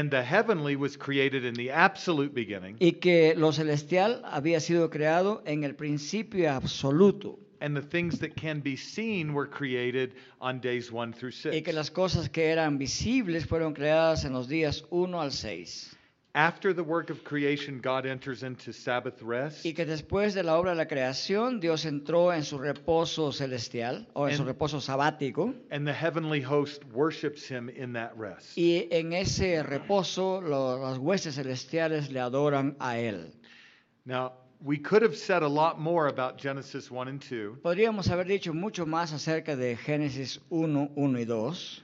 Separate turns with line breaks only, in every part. And the heavenly was created in the absolute beginning,
y que lo celestial había sido creado en el principio absoluto
and the things that can be seen were created on days 1 through
y que
6.
las cosas que eran visibles fueron creadas en los días 1 al 6
After the work of creation, God enters into Sabbath rest,
y que después de la obra de la creación Dios entró en su reposo celestial o en su
En-
reposo sabático
and the heavenly host worships him in that rest.
y en ese reposo lo- las huestes celestiales le adoran a él.
Now, we could have said a lot more about Genesis 1 and 2,
Podríamos haber dicho mucho más acerca de Génesis 1, 1 y 2,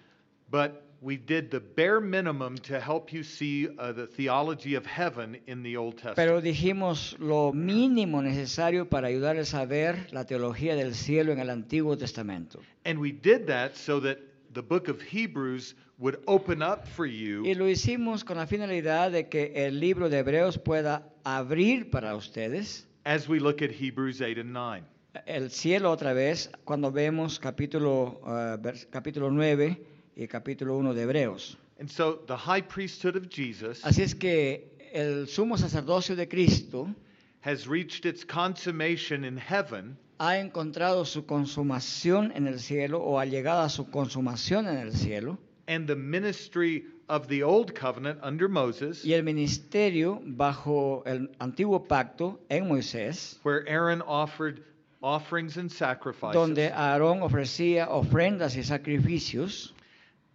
but we did the bare minimum to help you see uh, the theology of heaven in the Old
pero
Testament.
dijimos lo mínimo necesario para ayudarles a ver la teología del cielo en el Antiguo Testamento.
And we did that so that the book of Hebrews would open up for
Y
you
lo hicimos con la finalidad de que el libro de Hebreos pueda abrir para ustedes
as we look at Hebrews 8 and 9.
el cielo otra vez cuando vemos capítulo, eh, vers- capítulo 9 y capítulo 1 de Hebreos.
And so the high priesthood of Jesus
Así es que el sumo sacerdocio de Cristo
has reached its consummation in heaven
ha encontrado su consumación en el cielo o ha llegado a su consumación en el cielo
and the ministry of the old covenant under Moses
y el ministerio bajo el antiguo pacto en Moisés,
where Aaron offered offerings and sacrifices
donde Aarón ofrecía ofrendas y sacrificios,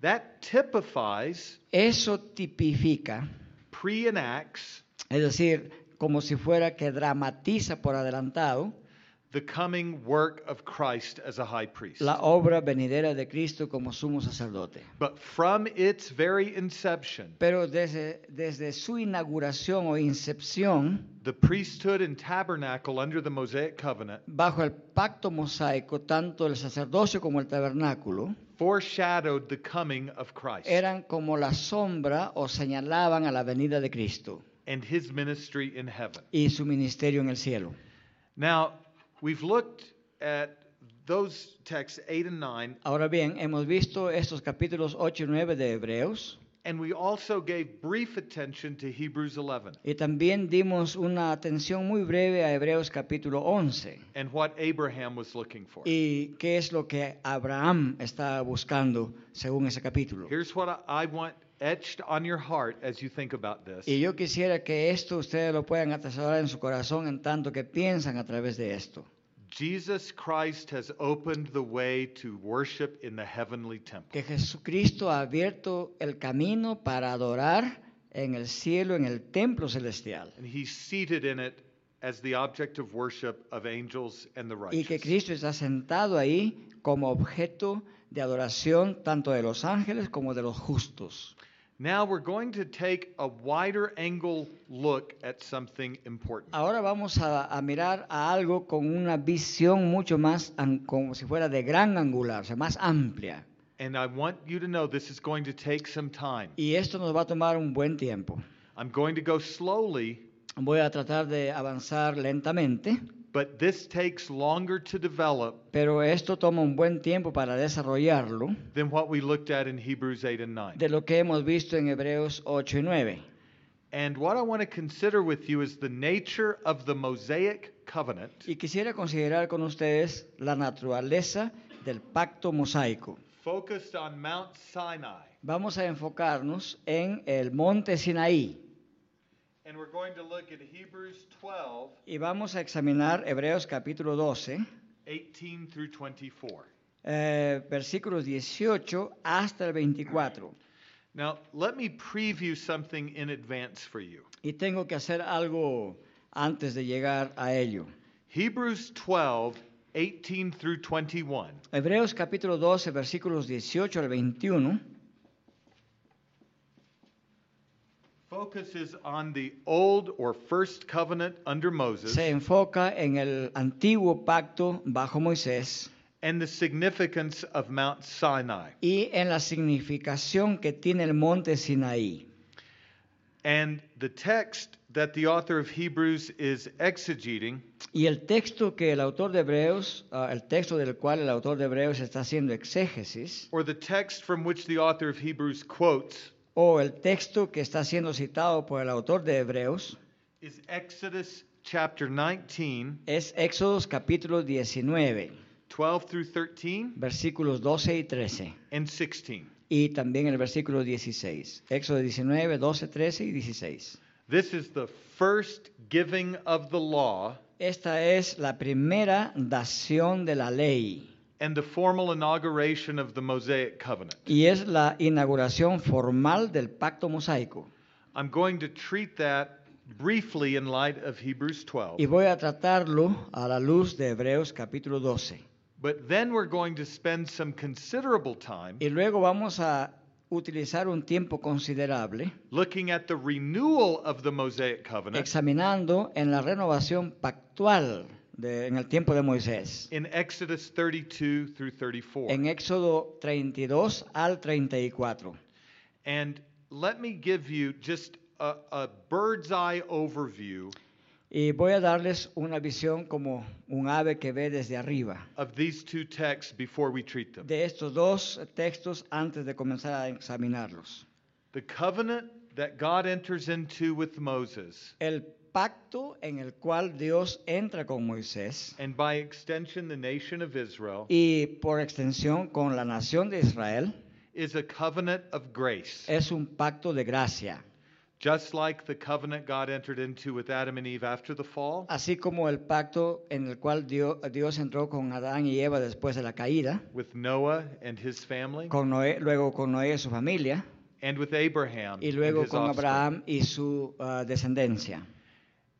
that typifies
eso tipifica,
pre and acts
es decir, como si fuera que dramatiza por adelantado
the coming work of Christ as a high priest
la obra venidera de Cristo como sumo sacerdote.
but from its very inception
Pero desde, desde su inauguración o incepción,
the priesthood and tabernacle under the Mosaic covenant
bajo el pacto mosaico, tanto el sacerdocio como el tabernáculo
foreshadowed the coming of Christ
eran como la sombra o señalaban a la venida de Cristo
and his ministry in heaven
y su ministerio en el cielo.
Now, we've looked at those texts 8 and 9,
Ahora bien, hemos visto estos capítulos 8 y 9 de Hebreos
and we also gave brief attention to Hebrews 11
y también dimos una atención muy breve a Hebreos capítulo 11
and what Abraham was looking for.
y qué es lo que Abraham está buscando según ese capítulo.
Here's what I I want etched on your heart as you think about this.
Y yo quisiera que esto ustedes lo puedan atesorar en su corazón en tanto que piensan a través de esto.
Jesus Christ has opened the way to worship in the heavenly temple.
que Jesucristo ha abierto el camino para adorar en el cielo, en el templo celestial,
And he's seated in it as the object of worship of angels and the
y que
righteous.
Cristo está sentado ahí como objeto de adoración tanto de los ángeles como de los justos.
Now we're going to take a wider angle look at something important.
Ahora vamos a, a mirar a algo con una visión mucho más, an- como si fuera de gran angular, o sea, más amplia.
And I want you to know this is going to take some time.
Y esto nos va a tomar un buen tiempo.
I'm going to go slowly,
Voy a tratar de avanzar lentamente,
but this takes longer to develop
pero esto toma un buen tiempo para desarrollarlo.
than what we looked at in Hebrews 8 and 9.
de lo que hemos visto en Hebreos 8 y 9.
And what I want to consider with you is the nature of the Mosaic covenant
Y quisiera considerar con ustedes la naturaleza del pacto mosaico.
focused on Mount Sinai.
Vamos a enfocarnos en el monte Sinaí
And we're going to look at Hebrews 12,
y vamos a examinar Hebreos capítulo 12,
18 through 24.
eh, versículos 18 hasta el 24.
Now, let me preview something in advance for you.
Y tengo que hacer algo antes de llegar a ello.
Hebrews 12, 18 through 21.
Hebreos capítulo 12, versículos 18 al 21.
focuses on the old or first covenant under Moses
Se enfoca en el antiguo pacto bajo Moisés
and the significance of Mount Sinai.
y en la significación que tiene el monte Sinaí.
And the text that the author of Hebrews is exegeting
Y el texto que el autor de Hebreos, ah, el texto del cual el autor de Hebreos está haciendo exégesis,
or the text from which the author of Hebrews quotes
o el texto que está siendo citado por el autor de Hebreos
is Exodus chapter 19,
es Éxodos capítulo 19,
12 through 13,
versículos 12 y 13,
and 16.
y también el versículo 16. Éxodo 19, 12, 13 y 16.
This is the first giving of the law
Esta es la primera dación de la ley
and the formal inauguration of the Mosaic covenant.
y es la inauguración formal del pacto mosaico.
I'm going to treat that briefly in light of Hebrews 12.
Y voy a tratarlo a la luz de Hebreos capítulo 12.
But then we're going to spend some considerable time
Y luego vamos a utilizar un tiempo considerable
looking at the renewal of the Mosaic covenant
examinando en la renovación pactual de- en el tiempo de Moisés,
in Exodus 32 through 34.
en Éxodo 32 al 34.
And let me give you just a, a bird's eye overview
Y voy a darles una visión como un ave que ve desde arriba
of these two texts before we treat them.
de estos dos textos antes de comenzar a examinarlos.
The covenant that God enters into with Moses,
El pacto en el cual Dios entra con Moisés
and by extension, the nation of Israel,
y por extensión con la nación de Israel
is a covenant of grace,
es un pacto de gracia.
just like the covenant God entered into with Adam and Eve after the fall,
Así como el pacto en el cual Dio- Dios, entró con Adán y Eva después de la caída,
with Noah and his family,
con Noé- luego con Noé y su familia,
and with Abraham
y
and
luego
his
con
offspring.
Abraham y su ah, descendencia.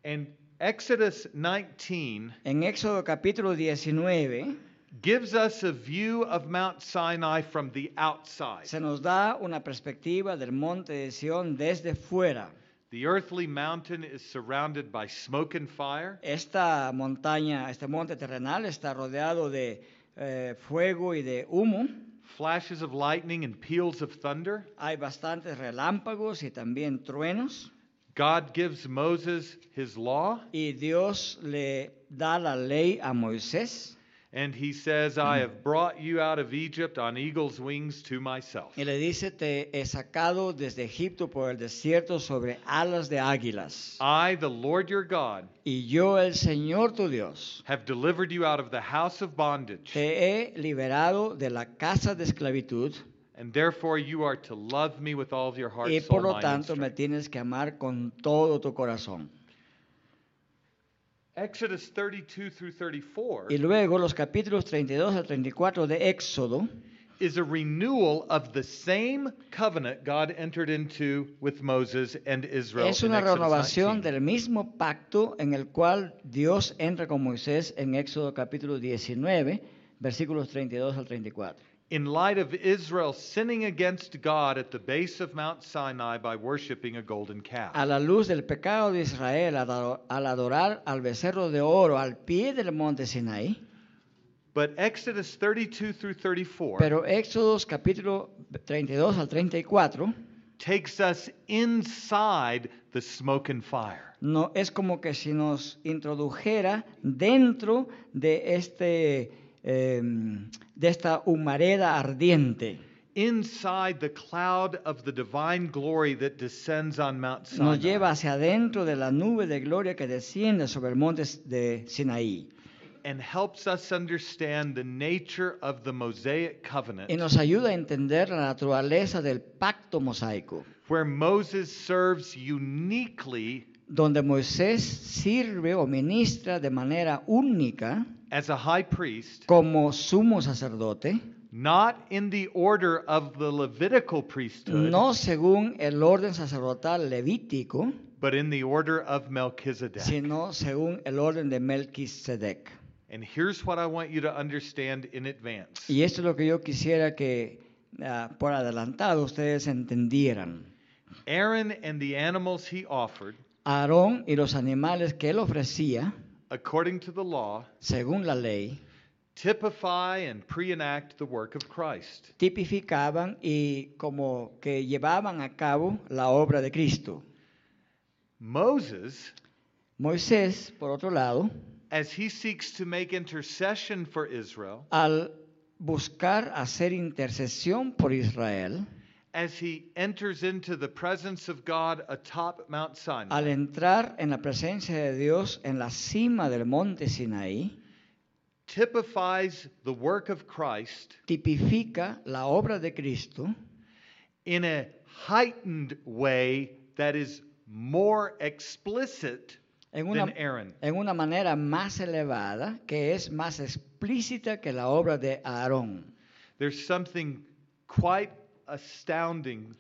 And Exodus 19
En Éxodo capítulo 19
gives us a view of Mount Sinai from the outside.
se nos da una perspectiva del monte de Sión desde fuera.
The earthly mountain is surrounded by smoke and fire,
Esta montaña, este monte terrenal está rodeado de eh, fuego y de humo.
flashes of lightning, and peals of thunder.
Hay bastantes relámpagos y también truenos.
God gives Moses his law,
Y Dios le da la ley a Moisés
and he says, I have brought you out of Egypt on eagle's wings to myself.
y le dice, te he sacado desde Egipto por el desierto sobre alas de águilas.
I, the Lord your God,
Y yo, el Señor tu Dios,
have delivered you out of the house of bondage,
Eh. te he liberado de la casa de esclavitud
and therefore you are to love me with all of your heart,
y
soul,
Eh, por lo
mind, and
tanto me
strength.
tienes que amar con todo tu corazón.
Exodus 32 through 34
Y luego los capítulos 32 al 34 de Éxodo
is a renewal of the same covenant God entered into with Moses and Israel.
es
in
una
Exodus
renovación
19.
del mismo pacto en el cual Dios entra con Moisés en Éxodo capítulo 19, versículos 32 al 34.
In light of Israel sinning against God at the base of Mount Sinai by worshiping a golden calf.
A la luz del pecado de Israel al ador- al adorar al becerro de oro al pie del monte Sinaí,
But Exodus 32 through 34
pero Éxodos capítulo 32 al 34
takes us inside the smoke and fire.
no, es como que si nos introdujera dentro de, este, em, de esta humareda ardiente.
Inside the cloud of the divine glory that descends on Mount Sinai.
nos lleva hacia adentro de la nube de gloria que desciende sobre el monte de Sinaí
and helps us understand the nature of the Mosaic covenant,
y nos ayuda a entender la naturaleza del pacto mosaico,
where Moses serves uniquely
donde Moisés sirve o ministra de manera única
as a high priest,
como sumo sacerdote,
not in the order of the Levitical priesthood,
no según el orden sacerdotal levítico,
but in the order of Melchizedek.
sino según el orden de Melquisedec.
And here's what I want you to understand in advance.
Y esto es lo que yo quisiera que ah, por adelantado ustedes entendieran.
Aaron and the animals he offered,
Aarón y los animales que él ofrecía,
according to the law,
según la ley,
typify and pre enact the work of Christ.
tipificaban y como que llevaban a cabo la obra de Cristo.
Moses
Moisés, por otro lado,
as he seeks to make intercession for Israel,
al buscar hacer intercesión por Israel,
as he enters into the presence of God atop Mount Sinai,
Al entrar en la presencia de Dios en la cima del monte Sinaí,
typifies the work of Christ
tipifica la obra de Cristo
in a heightened way that is more explicit
en una,
than Aaron.
en una manera más elevada, que es más explícita que la obra de Aarón.
There's something quite astounding,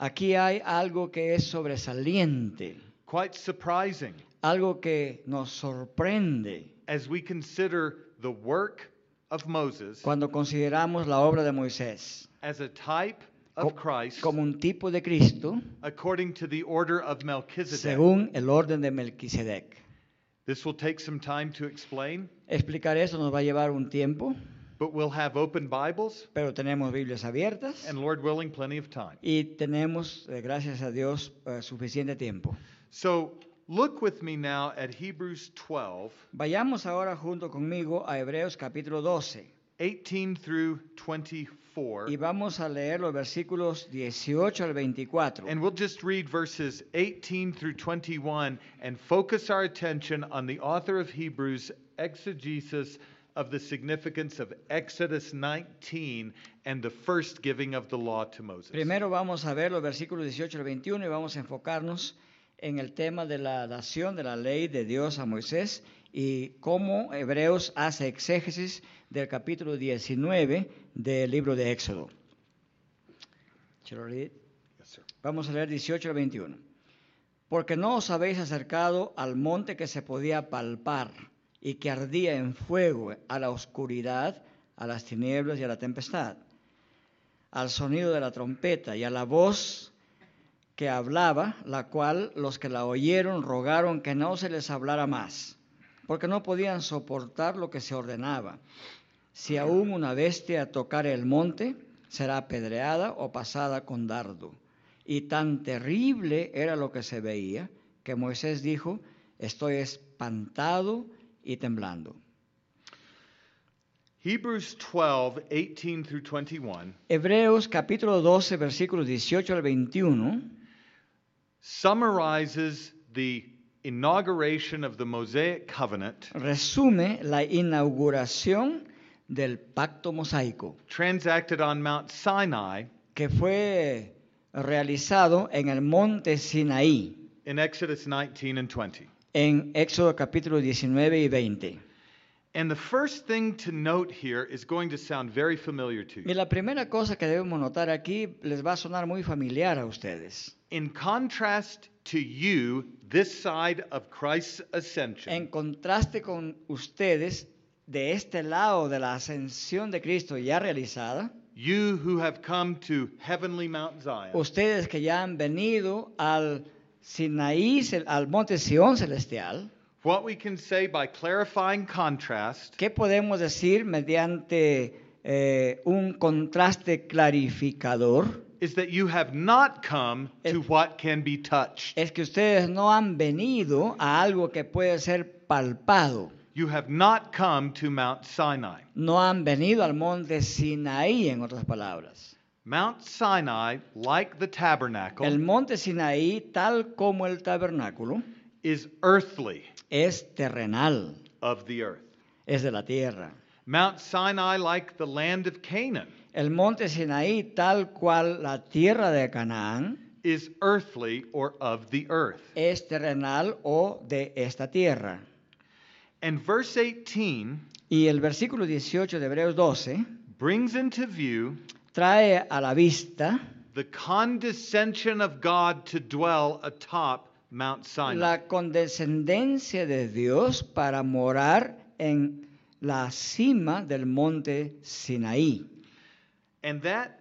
Aquí hay algo que es sobresaliente,
quite surprising,
algo que nos sorprende
as we consider the work of Moses
cuando consideramos la obra de Moisés
as a type
co-
of Christ
como un tipo de Cristo
according to the order of Melchizedek.
según el orden de Melquisedec.
This will take some time to explain,
Explicar eso nos va a llevar un tiempo,
but we'll have open Bibles
pero tenemos Biblias abiertas
and, Lord willing, plenty of time.
y tenemos, eh, gracias a Dios, eh, suficiente tiempo.
So look with me now at Hebrews 12,
Vayamos ahora junto conmigo a Hebreos capítulo 12
18 through 24,
y vamos a leer los versículos 18 al 24.
and we'll just read verses 18 through 21 and focus our attention on the author of Hebrews' exegesis of the significance of Exodus 19 and the first giving of the law to Moses.
Primero vamos a ver los versículos 18 al 21 y vamos a enfocarnos en el tema de la dación de la ley de Dios a Moisés y cómo Hebreos hace exégesis del capítulo 19 del libro de Éxodo. Shall I read it?
Yes, sir.
Vamos a leer 18 al 21. Porque no os habéis acercado al monte que se podía palpar y que ardía en fuego, a la oscuridad, a las tinieblas y a la tempestad, al sonido de la trompeta y a la voz que hablaba, la cual los que la oyeron rogaron que no se les hablara más, porque no podían soportar lo que se ordenaba. Si aún una bestia tocare el monte, será apedreada o pasada con dardo. Y tan terrible era lo que se veía que Moisés dijo, estoy espantado y temblando.
Hebrews 12, 18 through 21
Hebreos capítulo 12, versículos 18 al 21,
summarizes the inauguration of the Mosaic covenant,
resume la inauguración del pacto mosaico
transacted on Mount Sinai
que fue realizado en el monte Sinaí,
in Exodus 19 and 20.
en Éxodo capítulo 19 y 20.
And the first thing to note here is going to sound very familiar to
Y
you.
la primera cosa que debemos notar aquí les va a sonar muy familiar a ustedes.
In contrast to you, this side of Christ's
En
ascension,
contraste con ustedes, de este lado de la ascensión de Cristo ya realizada,
you who have come to heavenly Mount Zion,
ustedes que ya han venido al Sinaí, cel- al monte Sión celestial,
what we can say by clarifying contrast
¿qué podemos decir mediante eh, un contraste clarificador?
is that you have not come to
Es-
what can be touched.
Es que ustedes no han venido a algo que puede ser palpado.
You have not come to Mount Sinai.
No han venido al monte Sinaí, en otras palabras.
Mount Sinai, like the
El
tabernacle,
monte Sinaí, tal como el tabernáculo,
is earthly
es terrenal,
of the earth.
es de la tierra.
Mount Sinai, like the land of Canaan,
El monte Sinaí, tal cual la tierra de Canaán,
is earthly or of the earth.
es terrenal o de esta tierra.
And verse 18
Y el versículo 18 de Hebreos 12
brings into view
trae a la vista
the condescension of God to dwell atop Mount Sinai.
la condescendencia de Dios para morar en la cima del monte Sinaí.
And that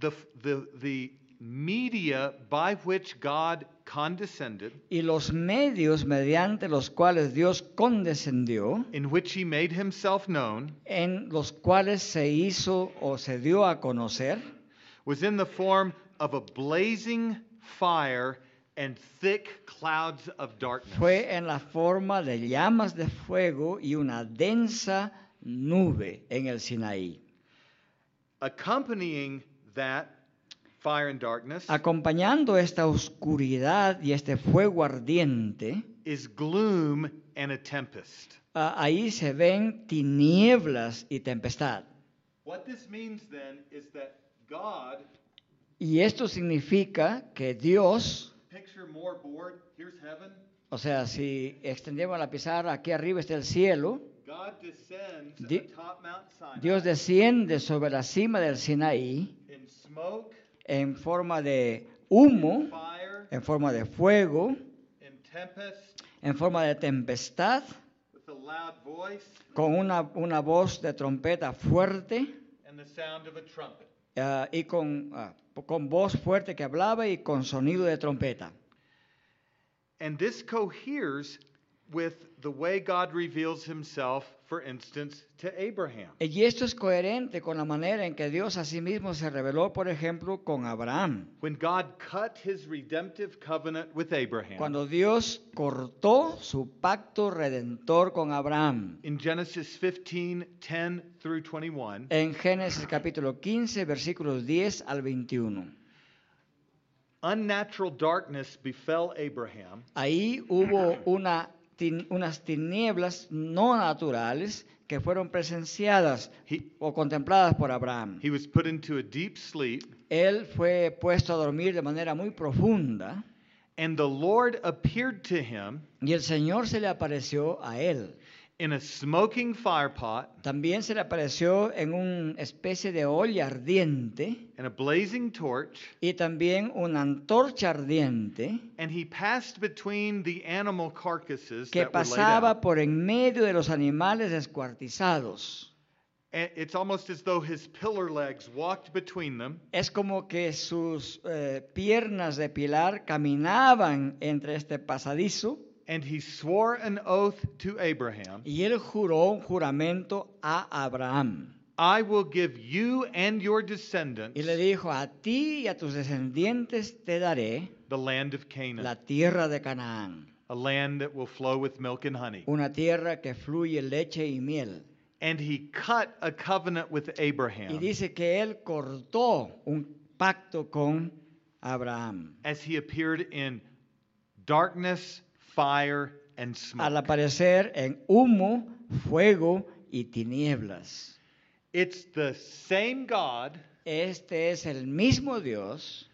the the the media by which God condescended,
Y los medios mediante los cuales Dios condescendió,
in which he made himself known,
en los cuales se hizo o se dio a conocer,
was in the form of a blazing fire and thick clouds of darkness.
fue en la forma de llamas de fuego y una densa nube en el Sinaí.
Accompanying that fire and darkness,
Acompañando esta oscuridad y este fuego ardiente,
is gloom and a tempest.
ah, ahí se ven tinieblas y tempestad.
What this means then is that God,
Y esto significa que Dios,
picture more board, here's heaven,
o sea, si extendemos la pizarra, aquí arriba está el cielo,
God descends
Di-
atop Mount Sinai
Dios desciende sobre la cima del Sinaí
in smoke,
en forma de
in
humo,
fire,
en forma de fuego,
in tempest,
en forma de tempestad,
with a loud voice
con una, una voz de trompeta fuerte
and the sound of a trumpet.
ah, y con, ah, con voz fuerte que hablaba y con sonido de trompeta.
And this coheres with the way God reveals himself, for instance, to Abraham.
Y esto es coherente con la manera en que Dios a sí mismo se reveló, por ejemplo, con Abraham.
When God cut his redemptive covenant with Abraham
Cuando Dios cortó su pacto redentor con Abraham.
in Genesis 15 10 through 21,
En Génesis capítulo 15, versículos 10 al 21.
unnatural darkness befell Abraham,
Ahí hubo una tin- unas tinieblas no naturales que fueron presenciadas
He-
o contempladas por Abraham.
He was put into a deep sleep,
Él fue puesto a dormir de manera muy profunda
and the Lord appeared to him
y el Señor se le apareció a él.
in a smoking firepot
También se le apareció en una especie de olla ardiente
and a blazing torch,
y también una antorcha ardiente
and he passed between the animal carcasses
que
that were laid out.
pasaba por en medio de los animales descuartizados.
And it's almost as though his pillar legs walked between them,
Es como que sus eh, piernas de pilar caminaban entre este pasadizo
and he swore an oath to Abraham
y él juró un juramento a Abraham.
I will give you and your descendants
Y le dijo, a ti y a tus descendientes te daré
the land of Canaan,
la tierra de Canaán,
a land that will flow with milk and honey.
una tierra que fluye leche y miel.
And he cut a covenant with
Y
Abraham
dice que él cortó un pacto con Abraham
as he appeared in darkness, fire, and
al
smoke.
aparecer en humo, fuego y tinieblas.
It's the same God
Este es el mismo Dios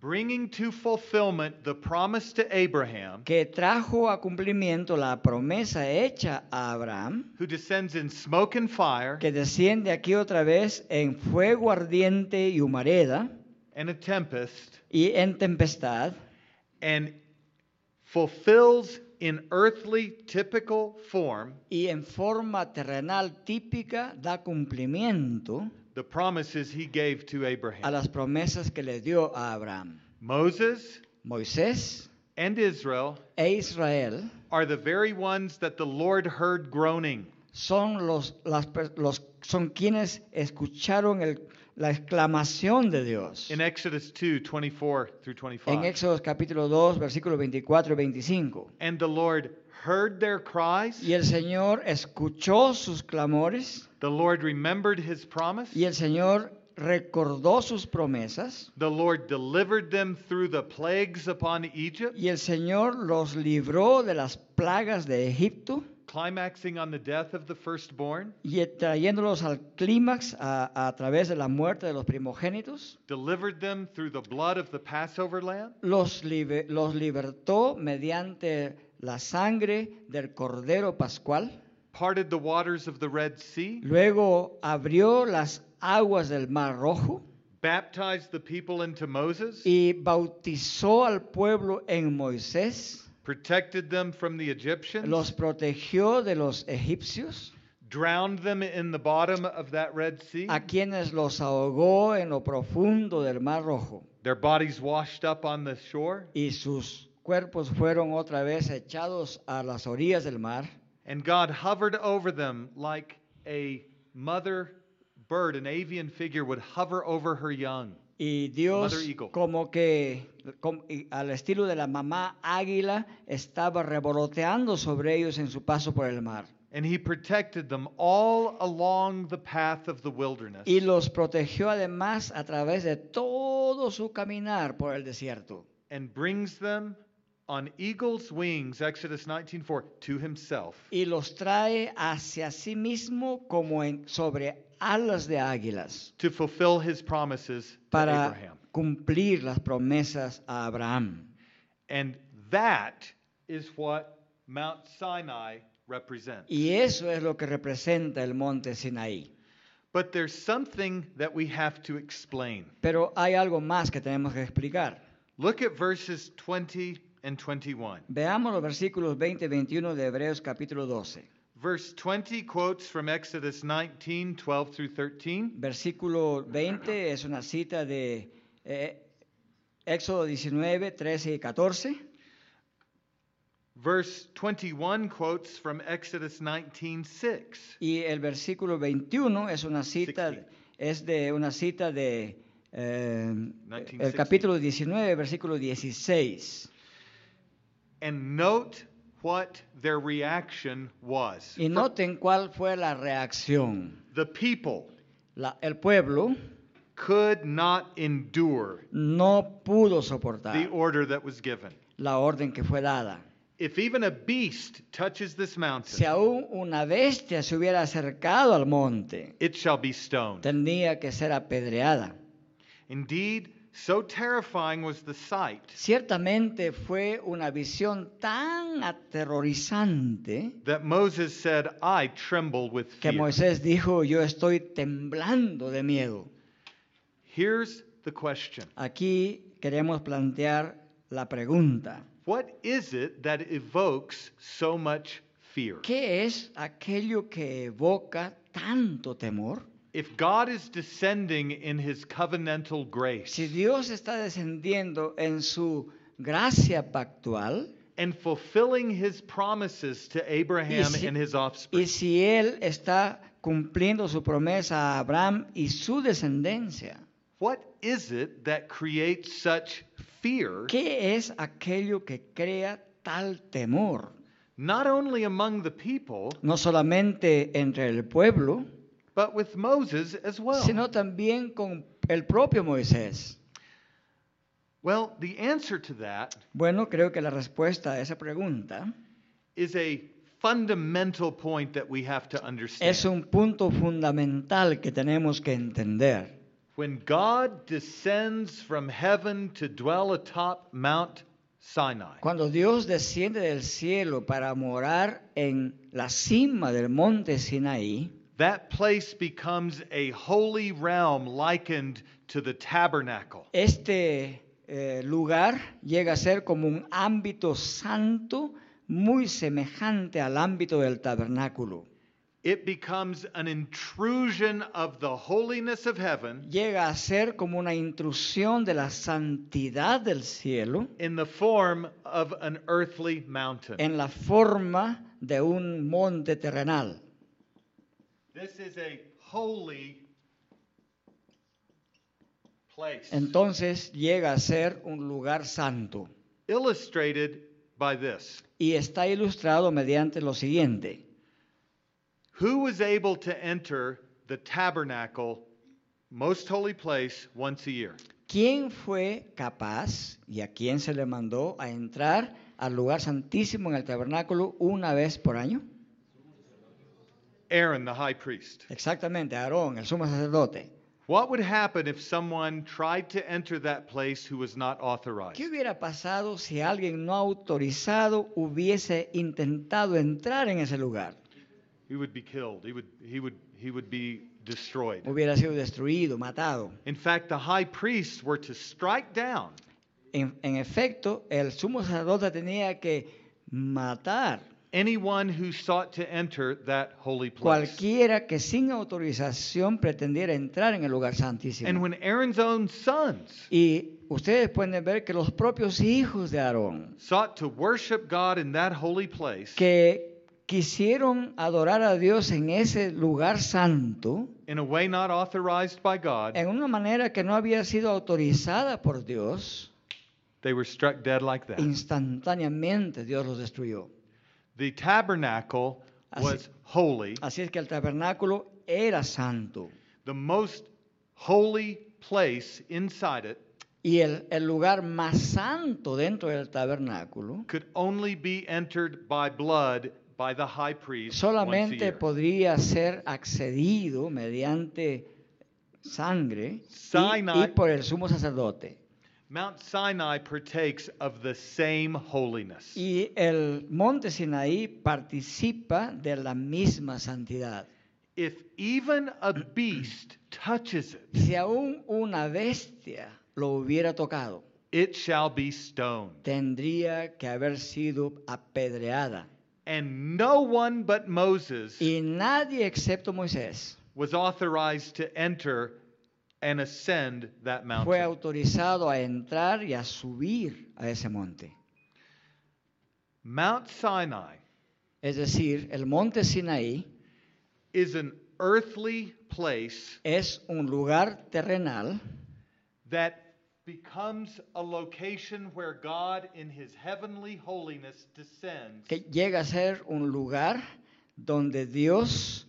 bringing to fulfillment the promise to Abraham,
que trajo a cumplimiento la promesa hecha a Abraham,
who descends in smoke and fire
que desciende aquí otra vez en fuego ardiente y humareda
and a tempest,
y en tempestad
and fulfills in earthly typical form
y en forma terrenal típica da cumplimiento
the promises he gave to
a
Abraham.
las promesas que le dio a Abraham.
Moses
Moisés
and Israel
e Israel
are the very ones that the Lord heard groaning.
son, los, las per- los- son quienes escucharon el- la exclamación de Dios.
In Exodus 2 24 through
En
25.
Éxodo capítulo 2, versículos 24 y 25.
And the Lord heard their cries.
Y el Señor escuchó sus clamores
The Lord remembered his promise.
y el Señor recordó sus promesas
The Lord delivered them through the plagues upon Egypt,
y el Señor los libró de las plagas de Egipto
climaxing on the death of the firstborn,
y eh, trayéndolos al clímax a, a través de la muerte de los primogénitos.
delivered them through the blood of the Passover lamb,
los, libe- los libertó mediante la sangre del Cordero Pascual,
parted the waters of the Red Sea,
luego abrió las aguas del Mar Rojo
baptized the people into Moses,
y bautizó al pueblo en Moisés,
protected them from the Egyptians,
los protegió de los egipcios,
drowned them in the bottom of that Red Sea,
a quienes los ahogó en lo profundo del Mar Rojo
their bodies washed up on the shore,
y sus cuerpos fueron otra vez echados a las orillas del mar.
and God hovered over them like a mother bird, an avian figure would hover over her young.
Y
Mother
Dios
Eagle.
como que com- y al estilo de la mamá águila estaba revoloteando sobre ellos en su paso por el mar
And he protected them all along the path of the wilderness.
y los protegió además a través de todo su caminar por el desierto
and brings them on eagle's wings, Exodus 19:4, to himself.
y los trae hacia sí mismo como en, sobre alas de águilas
to fulfill his promises to
para
Abraham.
cumplir las promesas a Abraham.
And that is what Mount Sinai represents.
Y eso es lo que representa el monte Sinaí.
But there's something that we have to explain.
Pero hay algo más que tenemos que explicar.
Look at verses 20 and 21.
Veamos los versículos 20 y 21 de Hebreos capítulo 12.
Verse 20 quotes from Exodus 19, 12 through 13.
Versículo 20 es una cita de eh, Éxodo 19, 13 y 14.
Verse 21 quotes from Exodus 19, 6.
Y el versículo 21 es una cita,
16.
es de una cita de eh,
19,
el
16.
capítulo 19, versículo 16.
And note what their reaction was.
Y noten cuál fue la reacción.
The people
La- el pueblo
could not endure
no pudo
the
soportar
order that was given.
la orden que fue dada.
If even a beast touches this
Si
mountain,
aún una bestia se hubiera acercado al monte,
it shall be stoned.
tendría que ser apedreada.
Indeed, so terrifying was the sight
Ciertamente fue una visión tan aterrorizante
that Moses said, I tremble with
que
fear.
Moisés dijo, yo estoy temblando de miedo.
Here's the question
Aquí queremos plantear la pregunta,
What is it that evokes so much fear?
¿qué es aquello que evoca tanto temor?
If God is descending in his covenantal grace
Si Dios está descendiendo en su gracia pactual
and fulfilling his promises to Abraham
si-
and his
y
offspring,
si Él está cumpliendo su promesa a Abraham y su descendencia,
what is it that creates such fear?
¿qué es aquello que crea tal temor?
not only among the people,
No solamente entre el pueblo,
but with Moses as well.
sino también con el propio Moisés.
well, the answer to that
Bueno, creo que la respuesta a esa pregunta
is a fundamental point that we have to understand.
es un punto fundamental que tenemos que entender.
when God descends from heaven to dwell atop Mount Sinai,
Cuando Dios desciende del cielo para morar en la cima del monte Sinaí,
that place becomes a holy realm likened to the tabernacle.
este eh, lugar llega a ser como un ámbito santo muy semejante al ámbito del tabernáculo.
It becomes an intrusion of the holiness of heaven
Llega a ser como una intrusión de la santidad del cielo
in the form of an earthly mountain.
en la forma de un monte terrenal.
This is a holy place.
Entonces llega a ser un lugar santo
illustrated by this.
y está ilustrado mediante lo siguiente.
Who was able to enter the tabernacle, most holy place, once a year?
¿Quién fue capaz y a quién se le mandó a entrar al lugar santísimo en el tabernáculo una vez por año?
Aaron, the high priest.
Exactamente, Aarón, el sumo sacerdote.
What would happen if someone tried to enter that place who was not authorized?
¿Qué hubiera pasado si alguien no autorizado hubiese intentado entrar en ese lugar?
He would be killed. He would, he would, he would be destroyed.
Hubiera sido destruido, matado.
In fact, the high priests were to strike down
En, en efecto, el sumo sacerdote tenía que matar
anyone who sought to enter that holy place.
cualquiera que sin autorización pretendiera entrar en el lugar
And
santísimo.
when Aaron's own sons
Y ustedes pueden ver que los propios hijos de Aarón,
sought to worship God in that holy place
que quisieron adorar a Dios en ese lugar santo,
in a way not authorized by God,
en una manera que no había sido autorizada por Dios,
they were struck dead like that.
instantáneamente Dios los destruyó.
The tabernacle
Así-
was holy,
Así es que el tabernáculo era santo.
the most holy place inside it
Y el, el lugar más santo dentro del tabernáculo
could only be entered by blood by the high priest once a
solamente
year.
podría ser accedido mediante sangre y- y,
Sinai.
por el sumo sacerdote.
Mount Sinai partakes of the same holiness.
Y el monte Sinaí participa de la misma santidad.
If even a beast touches it,
Si aún una bestia lo hubiera tocado,
it shall be stoned.
tendría que haber sido apedreada.
And no one but Moses
Y nadie excepto Moisés
was authorized to enter and ascend that
fue
mountain.
autorizado a entrar y a subir a ese monte.
Mount Sinai
Es decir, el monte Sinaí
is an earthly place
es un lugar terrenal
that becomes a location where God in his heavenly holiness descends
que llega a ser un lugar donde Dios,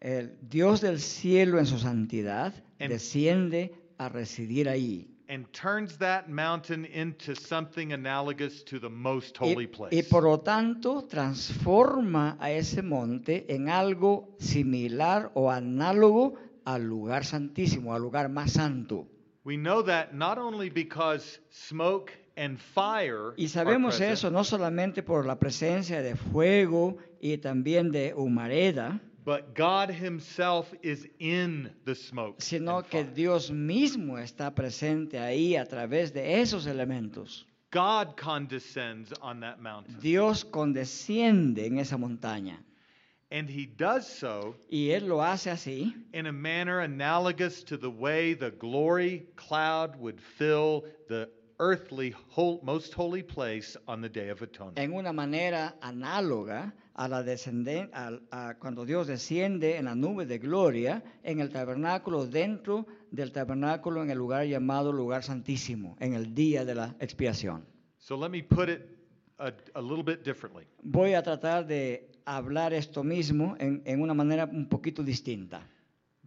el Dios del cielo en su santidad,
En-
desciende a residir ahí.
and turns that mountain into something analogous to the most
Y-
holy place.
y E, por lo tanto transforma a ese monte en algo similar o análogo al lugar santísimo, al lugar más santo.
We know that not only because smoke and fire
Y
are
sabemos
present,
eso no solamente por la presencia de fuego y también de humareda,
but God himself is in the smoke.
sino
and
que
fire.
Dios mismo está presente ahí a través de esos elementos.
God condescends on that mountain.
Dios condesciende en esa montaña
and he does so
y Él lo hace así
in a manner analogous to the way the glory cloud would fill the earthly hol- most holy place on the day of atonement.
en una manera análoga a la descenden- al- a cuando Dios desciende en la nube de gloria en el tabernáculo dentro del tabernáculo en el lugar llamado lugar santísimo en el día de la expiación.
so let me put it a, a little bit differently.
Voy a tratar de hablar esto mismo en, en una manera un poquito distinta.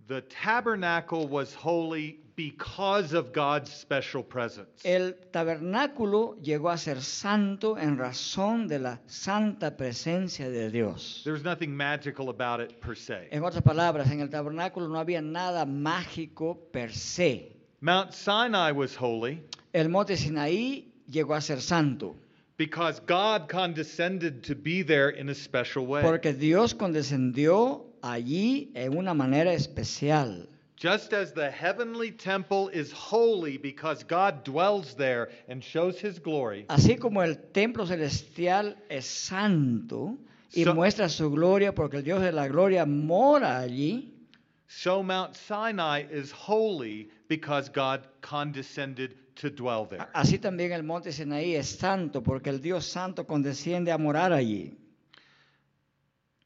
The tabernacle was holy because of God's special presence.
El tabernáculo llegó a ser santo en razón de la santa presencia de Dios.
There's nothing magical about it per se.
En otras palabras, en el tabernáculo no había nada mágico per se.
Mount Sinai was holy
El monte Sinaí llegó a ser santo
because God condescended to be there in a special way.
porque Dios condescendió allí en una manera especial.
Just as the heavenly temple is holy because God dwells there and shows his glory,
Así como el templo celestial es santo y
So-
muestra su gloria porque el Dios de la gloria mora allí,
so Mount Sinai is holy because God condescended to dwell there.
a- así también el monte Sinaí es santo porque el Dios santo condesciende a morar allí.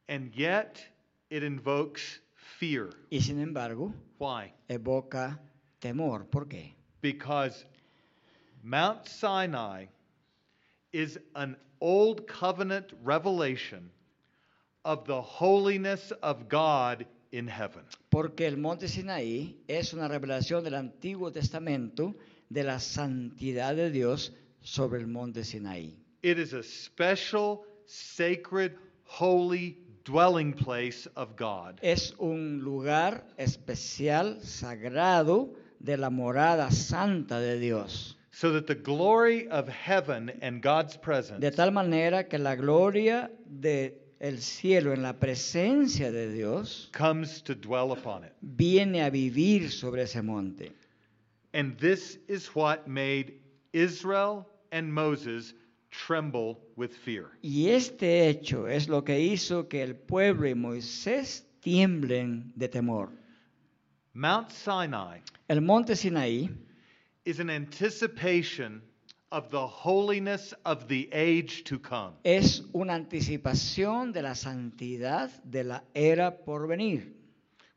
And yet, it invokes fear.
Y sin embargo,
Why?
evoca temor. ¿Por qué?
Because Mount Sinai is an old covenant revelation of the holiness of God in heaven.
Porque el monte Sinaí es una revelación del Antiguo Testamento de la santidad de Dios sobre el monte Sinaí.
It is a special, sacred, holy dwelling place of God.
Es un lugar especial, sagrado, de la morada santa de Dios.
So that the glory of heaven and God's presence
De tal manera que la gloria del cielo en la presencia de Dios
comes to dwell upon it.
viene a vivir sobre ese monte.
And this is what made Israel and Moses tremble with fear.
Y este hecho es lo que hizo que el pueblo y Moisés tiemblen de temor.
Mount Sinai
El monte Sinaí
is an anticipation of the holiness of the age to come.
es una anticipación de la santidad de la era por venir,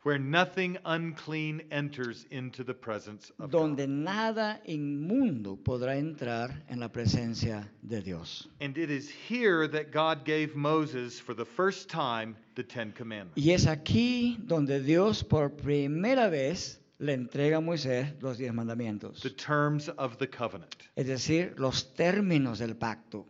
Where nothing unclean enters into the presence of
donde
God.
nada inmundo podrá entrar en la presencia de Dios.
And it is here that God gave Moses for the first time the Ten Commandments.
Y es aquí donde Dios por primera vez le entrega a Moisés los diez mandamientos,
the terms of the covenant.
es decir, los términos del pacto.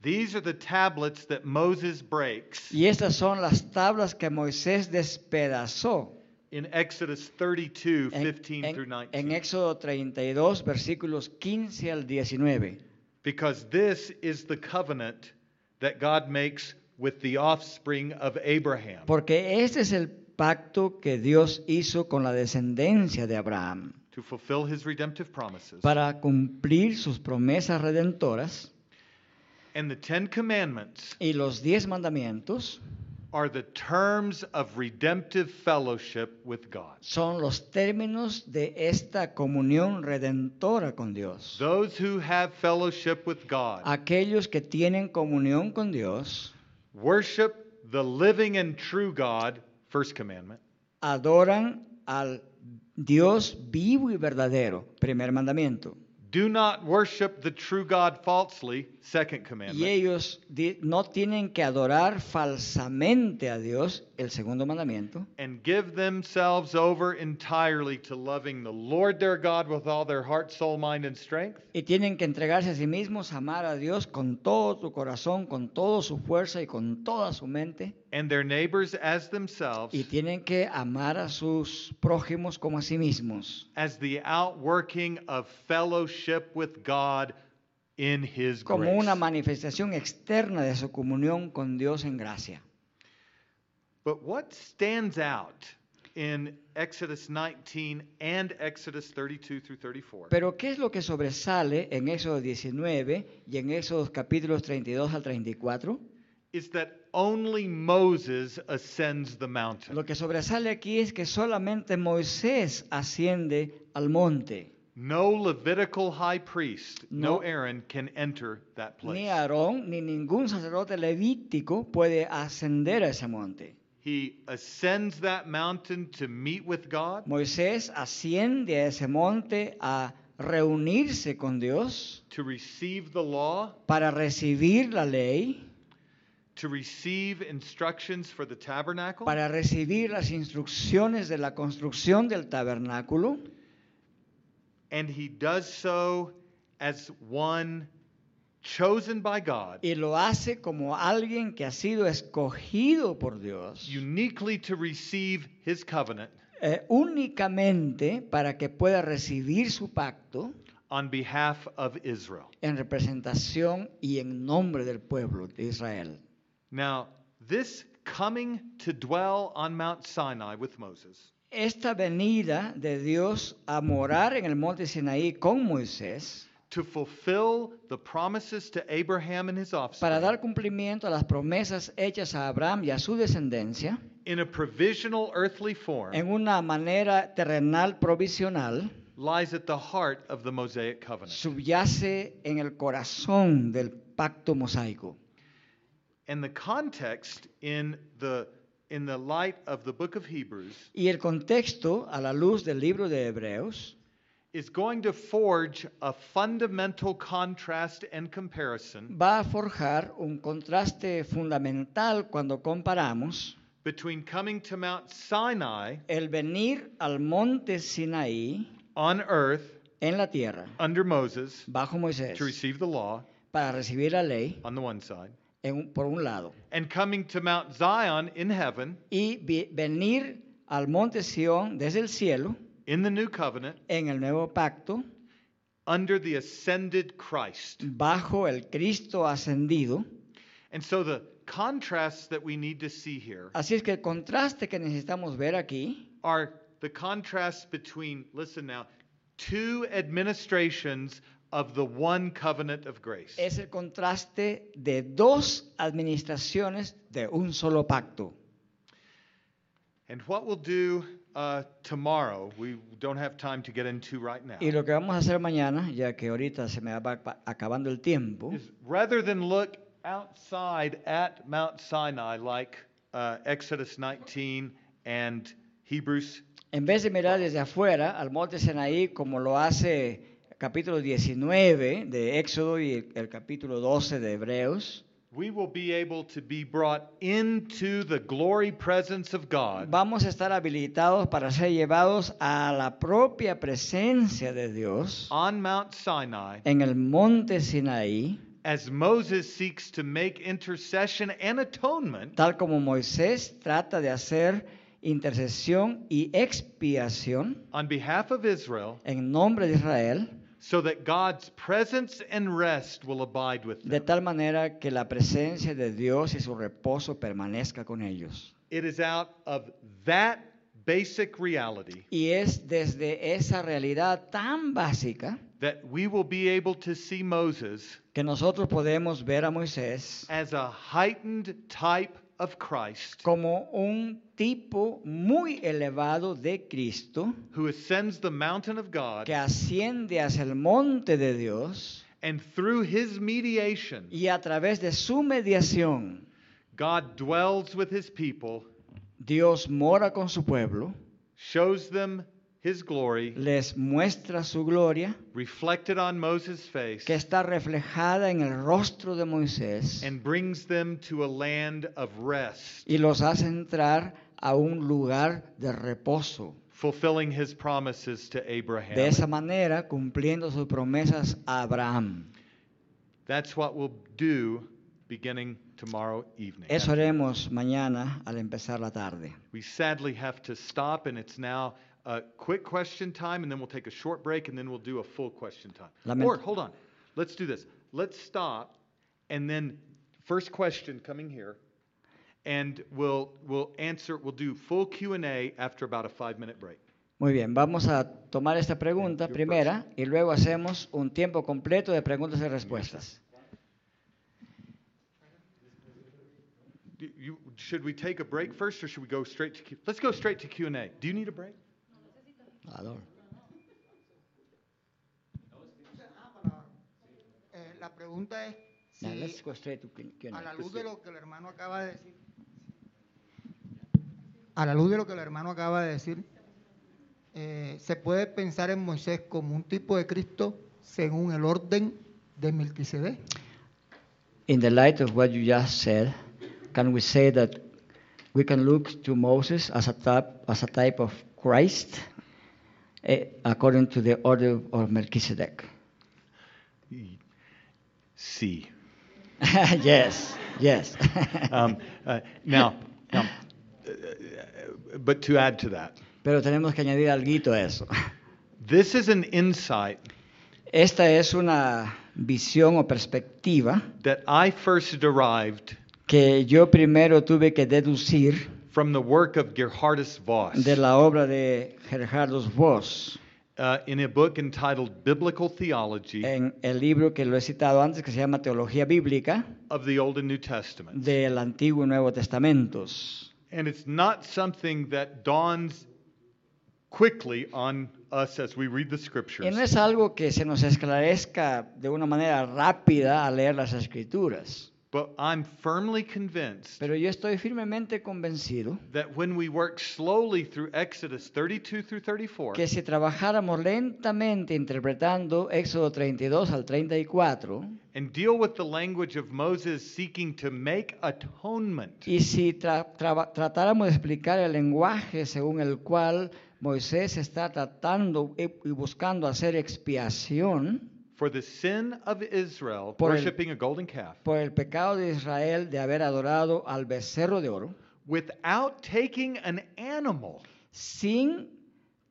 These are the tablets that Moses breaks
Y estas son las tablas que Moisés despedazó
in Exodus 32,
en,
15
en-
through
en
19.
Éxodo 32, versículos 15 al 19.
Because this is the covenant that God makes with the offspring of Abraham.
Porque este es el pacto que Dios hizo con la descendencia de Abraham
to fulfill his redemptive promises.
para cumplir sus promesas redentoras
and the Ten Commandments
y los diez mandamientos
are the terms of redemptive fellowship with God.
son los términos de esta comunión redentora con Dios.
Those who have fellowship with God
Aquellos que tienen comunión con Dios
worship the living and true God, first commandment,
adoran al Dios vivo y verdadero, primer mandamiento.
do not worship the true God falsely, second
Y
commandment,
ellos di- no tienen que adorar falsamente a Dios, el segundo mandamiento,
and give themselves over entirely to loving the Lord their God with all their heart, soul, mind, and strength,
y tienen que entregarse a sí mismos, amar a Dios con todo tu corazón, con toda su fuerza y con toda su mente,
and their neighbors as themselves.
y tienen que amar a sus prójimos como a sí mismos.
as the outworking of fellowship with God in His
como
grace.
una manifestación externa de su comunión con Dios en gracia.
but what stands out in Exodus 19 and Exodus 32 through 34
Pero ¿qué es lo que sobresale en Éxodo 19 y en Éxodos capítulos 32 al 34?
is that only Moses ascends the mountain.
Lo que sobresale aquí es que solamente Moisés asciende al monte.
no Levitical high priest, no,
No.
Aaron, can enter that place.
Ni Aarón ni ningún sacerdote levítico puede ascender a ese monte.
He ascends that mountain to meet with God.
Moisés asciende a ese monte a reunirse con Dios
To receive the law,
para recibir la ley,
to receive instructions for the tabernacle,
para recibir las instrucciones de la construcción del tabernáculo
And he does so as one chosen by God,
y lo hace como alguien que ha sido escogido por Dios
uniquely to receive his covenant
eh, únicamente para que pueda recibir su pacto
on behalf of Israel.
en representación y en nombre del pueblo de Israel.
Now, this coming to dwell on Mount Sinai with Moses
Esta venida de Dios a morar en el monte Sinaí con Moisés
to fulfill the promises to Abraham and his
para dar
offspring
cumplimiento a las promesas hechas a Abraham y a su descendencia
in a provisional earthly
en
form
una manera terrenal provisional
lies at the heart of the Mosaic covenant.
subyace en el corazón del pacto mosaico.
And the context in the in the light of the book of Hebrews
Y el contexto, a la luz del libro de Hebreos,
is going to forge a fundamental contrast and comparison
va a forjar un contraste fundamental cuando comparamos
between coming to Mount Sinai
el venir al monte Sinaí
on earth
en la tierra,
under Moses
bajo Moisés,
to receive the law
para recibir la ley
on the one side,
en un- por un lado,
and coming to Mount Zion in heaven
y vi- venir al monte Sión desde el cielo
in the new covenant
en el nuevo pacto,
under the ascended Christ.
bajo el Cristo ascendido,
And so the contrasts that we need to see here
Así es que el contraste que necesitamos ver aquí
are the contrasts between, listen now, two administrations of the one covenant of grace.
es el contraste de dos administraciones de un solo pacto.
And what we'll do uh, tomorrow, we don't have time to get into right now,
Y lo que vamos a hacer mañana, ya que ahorita se me va pa- acabando el tiempo,
is rather than look outside at Mount Sinai like uh, Exodus 19 and Hebrews,
en vez de mirar desde afuera al monte Sinaí como lo hace el capítulo 19 de Éxodo y el, el capítulo 12 de Hebreos,
we will be able to be brought into the glory presence of God
vamos a estar habilitados para ser llevados a la propia presencia de Dios
on Mount Sinai
en el monte Sinaí,
as Moses seeks to make intercession and atonement
tal como Moisés trata de hacer intercesión y expiación
on behalf of Israel
en nombre de Israel,
so that God's presence and rest will abide with
de
them.
tal manera que la presencia de Dios y su reposo permanezca con ellos.
It is out of that basic reality
Y es desde esa realidad tan básica
that we will be able to see Moses
que nosotros podemos ver a Moisés
as a heightened type of Christ
como un tipo muy elevado de Cristo
who ascends the mountain of
que
God
asciende hacia el monte de Dios
and through his mediation
y a través de su mediación
God dwells with his people,
Dios mora con su pueblo,
shows them his glory
les muestra su gloria
reflected on Moses' face
que está reflejada en el rostro de Moisés
and brings them to a land of rest,
y los hace entrar a un lugar de reposo.
fulfilling his promises to
De esa
Abraham.
manera, cumpliendo sus promesas a Abraham.
That's what we'll do beginning tomorrow evening.
Eso haremos mañana al empezar la tarde.
We sadly have to stop, and it's now a quick question time, and then we'll take a short break, and then we'll do a full question time.
Lament-
or, hold on, let's do this. Let's stop, and then first question coming here, and we'll, we'll answer, we'll do full Q&A after about a five-minute break.
Muy bien, vamos a tomar esta pregunta
Your
primera y luego hacemos un tiempo completo de preguntas y respuestas.
Do you, should we take a break first, or should we go straight to Q? Let's go straight to Q&A. Do you need a break?
Ador.
Ah, Eh, la pregunta es si
Now, let's go straight to Q- Q&A.
a la luz de lo que el hermano acaba de decir, a la luz de lo que el hermano acaba de decir, eh, se puede pensar en Moisés como un tipo de Cristo según el orden de Melquisedec.
In the light of what you just said, can we say that we can look to Moses as a type, as a type of Christ eh, according to the order of Melchizedek?
C.
yes, yes.
Um, uh, now, now, uh, but to add to that,
Pero tenemos que añadir algo a eso.
this is an insight
Esta es una visión o perspectiva
that I first derived
que yo primero tuve que deducir
from the work of Gerhardus Voss
de la obra de Gerhardus Voss
uh, in a book entitled Biblical Theology
en el libro que lo he citado antes que se llama Teología Bíblica
of the Old and New Testament.
del Antiguo y Nuevo Testamentos.
And it's not something that dawns quickly on us as we read the
Y
scriptures.
no es algo que se nos esclarezca de una manera rápida al leer las escrituras,
But I'm firmly convinced
pero yo estoy firmemente convencido
that when we work slowly through Exodus 32 through 34,
que si trabajáramos lentamente interpretando Éxodo 32 al 34,
and deal with the language of Moses seeking to make atonement,
Y si tra- traba- tratáramos de explicar el lenguaje según el cual Moisés está tratando y y buscando hacer expiación
for the sin of Israel,
Por el-
worshiping a golden calf,
por el pecado de Israel de haber adorado al becerro de oro,
without taking an animal,
sin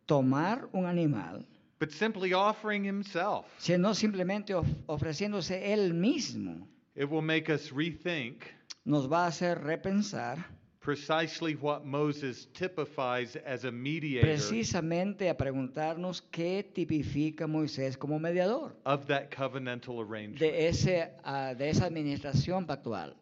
tomar un animal,
but simply offering himself,
sino simplemente of- ofreciéndose él mismo,
it will make us rethink
nos va a hacer repensar
precisely what Moses typifies as a mediator
precisamente a preguntarnos qué tipifica Moisés como mediador
of that covenantal arrangement.
de, ese, ah, de esa administración pactual.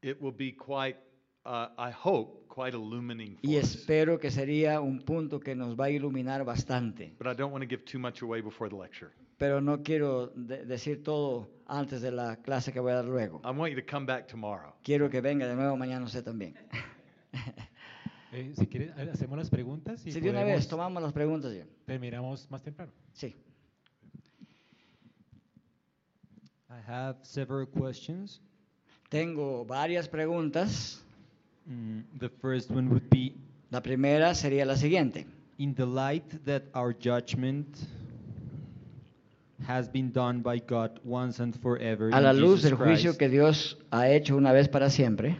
It will be quite, uh, I hope, quite illuminating
Y
for us.
espero que sería un punto que nos va a iluminar bastante.
But I don't want to give too much away before the lecture.
Pero no quiero de- decir todo antes de la clase que voy a dar luego.
I want you to come back tomorrow.
Quiero que venga de nuevo mañana usted también.
Eh, si quieren, ha- hacemos las preguntas y
si de una vez
podemos-
tomamos las preguntas ya.
terminamos más temprano.
Sí.
I have several questions.
Tengo varias preguntas.
Mm, the first one would be
La primera sería la siguiente.
In the light that our judgment has been done by God once and forever
A
in
la luz del
Jesus
juicio
Christ-
que Dios ha hecho una vez para siempre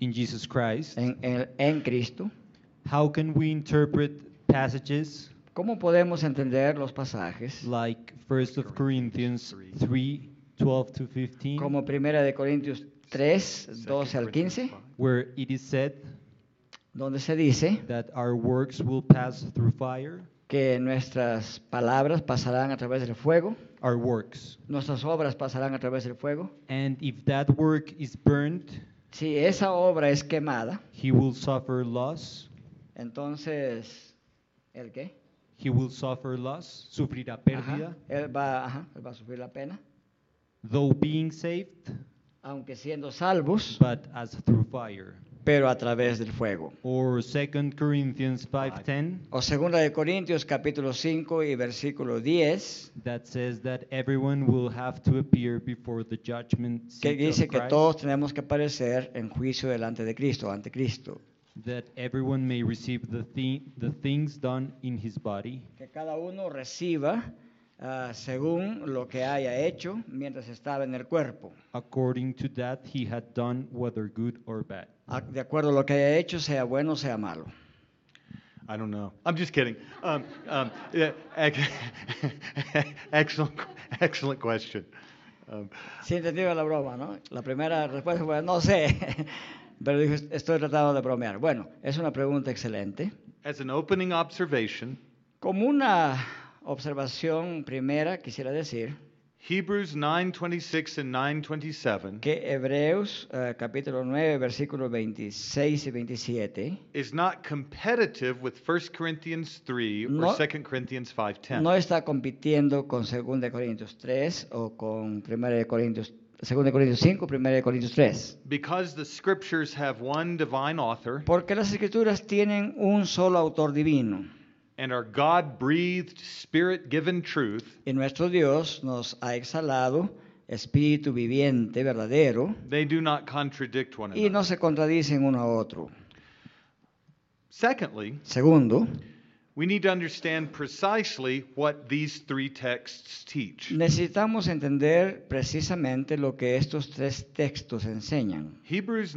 in Jesus Christ,
en, en- en Cristo,
how can we interpret passages
¿cómo podemos entender los pasajes
like 1 of Corinthians 3, 12 to 15,
como Primera de Corintios 3, 12 al 15,
where it is said
donde se dice
that our works will pass through fire?
que nuestras palabras pasarán a través del fuego,
Our works.
nuestras obras pasarán a través del fuego?
And if that work is burned,
Si esa obra es quemada,
he will suffer loss.
entonces, ¿el qué?
He will suffer loss, sufrirá pérdida.
Ajá, él, va, ajá, él va a sufrir la pena,
though being saved,
aunque siendo salvos,
but as through fire.
pero a través del fuego.
Or 2 Corinthians 5:10
O segunda de Corintios capítulo 5 y versículo 10,
that says that everyone will have to appear before the judgment
que
seat
dice
of
que
Christ,
todos tenemos que aparecer en juicio delante de Cristo, ante Cristo.
that everyone may receive the, thi- the things done in his body
Que cada uno reciba ah, según lo que haya hecho mientras estaba en el cuerpo.
according to that he had done whether good or bad.
A- Ah, De acuerdo a lo que haya hecho, sea bueno o sea malo.
I don't know. I'm just kidding. Um, um, yeah, ex- excellent, excellent question. Um,
Sí, entendido la broma, ¿no? La primera respuesta fue, no sé, pero dijo, estoy tratando de bromear. Bueno, es una pregunta excelente.
as an opening observation,
Como una observación primera, quisiera decir
Hebrews 9:26 and 9:27
que Hebreos eh, capítulo 9, versículos 26 y 27
is not competitive with 1 Corinthians 3 or
No-
2 Corinthians 5:10.
no está compitiendo con 2 de Corintios 3 o con 1 de Corintios, 2 de Corintios 5, 1 de Corintios 3.
because the scriptures have one divine author
Porque las escrituras tienen un solo autor divino.
and are God-breathed, spirit-given truth,
Y nuestro Dios nos ha exhalado espíritu viviente, verdadero,
they do not contradict one
y
another.
no se contradicen uno a otro.
Secondly,
Segundo,
we need to understand precisely what these three texts teach.
necesitamos entender precisamente lo que estos tres textos enseñan.
Hebrews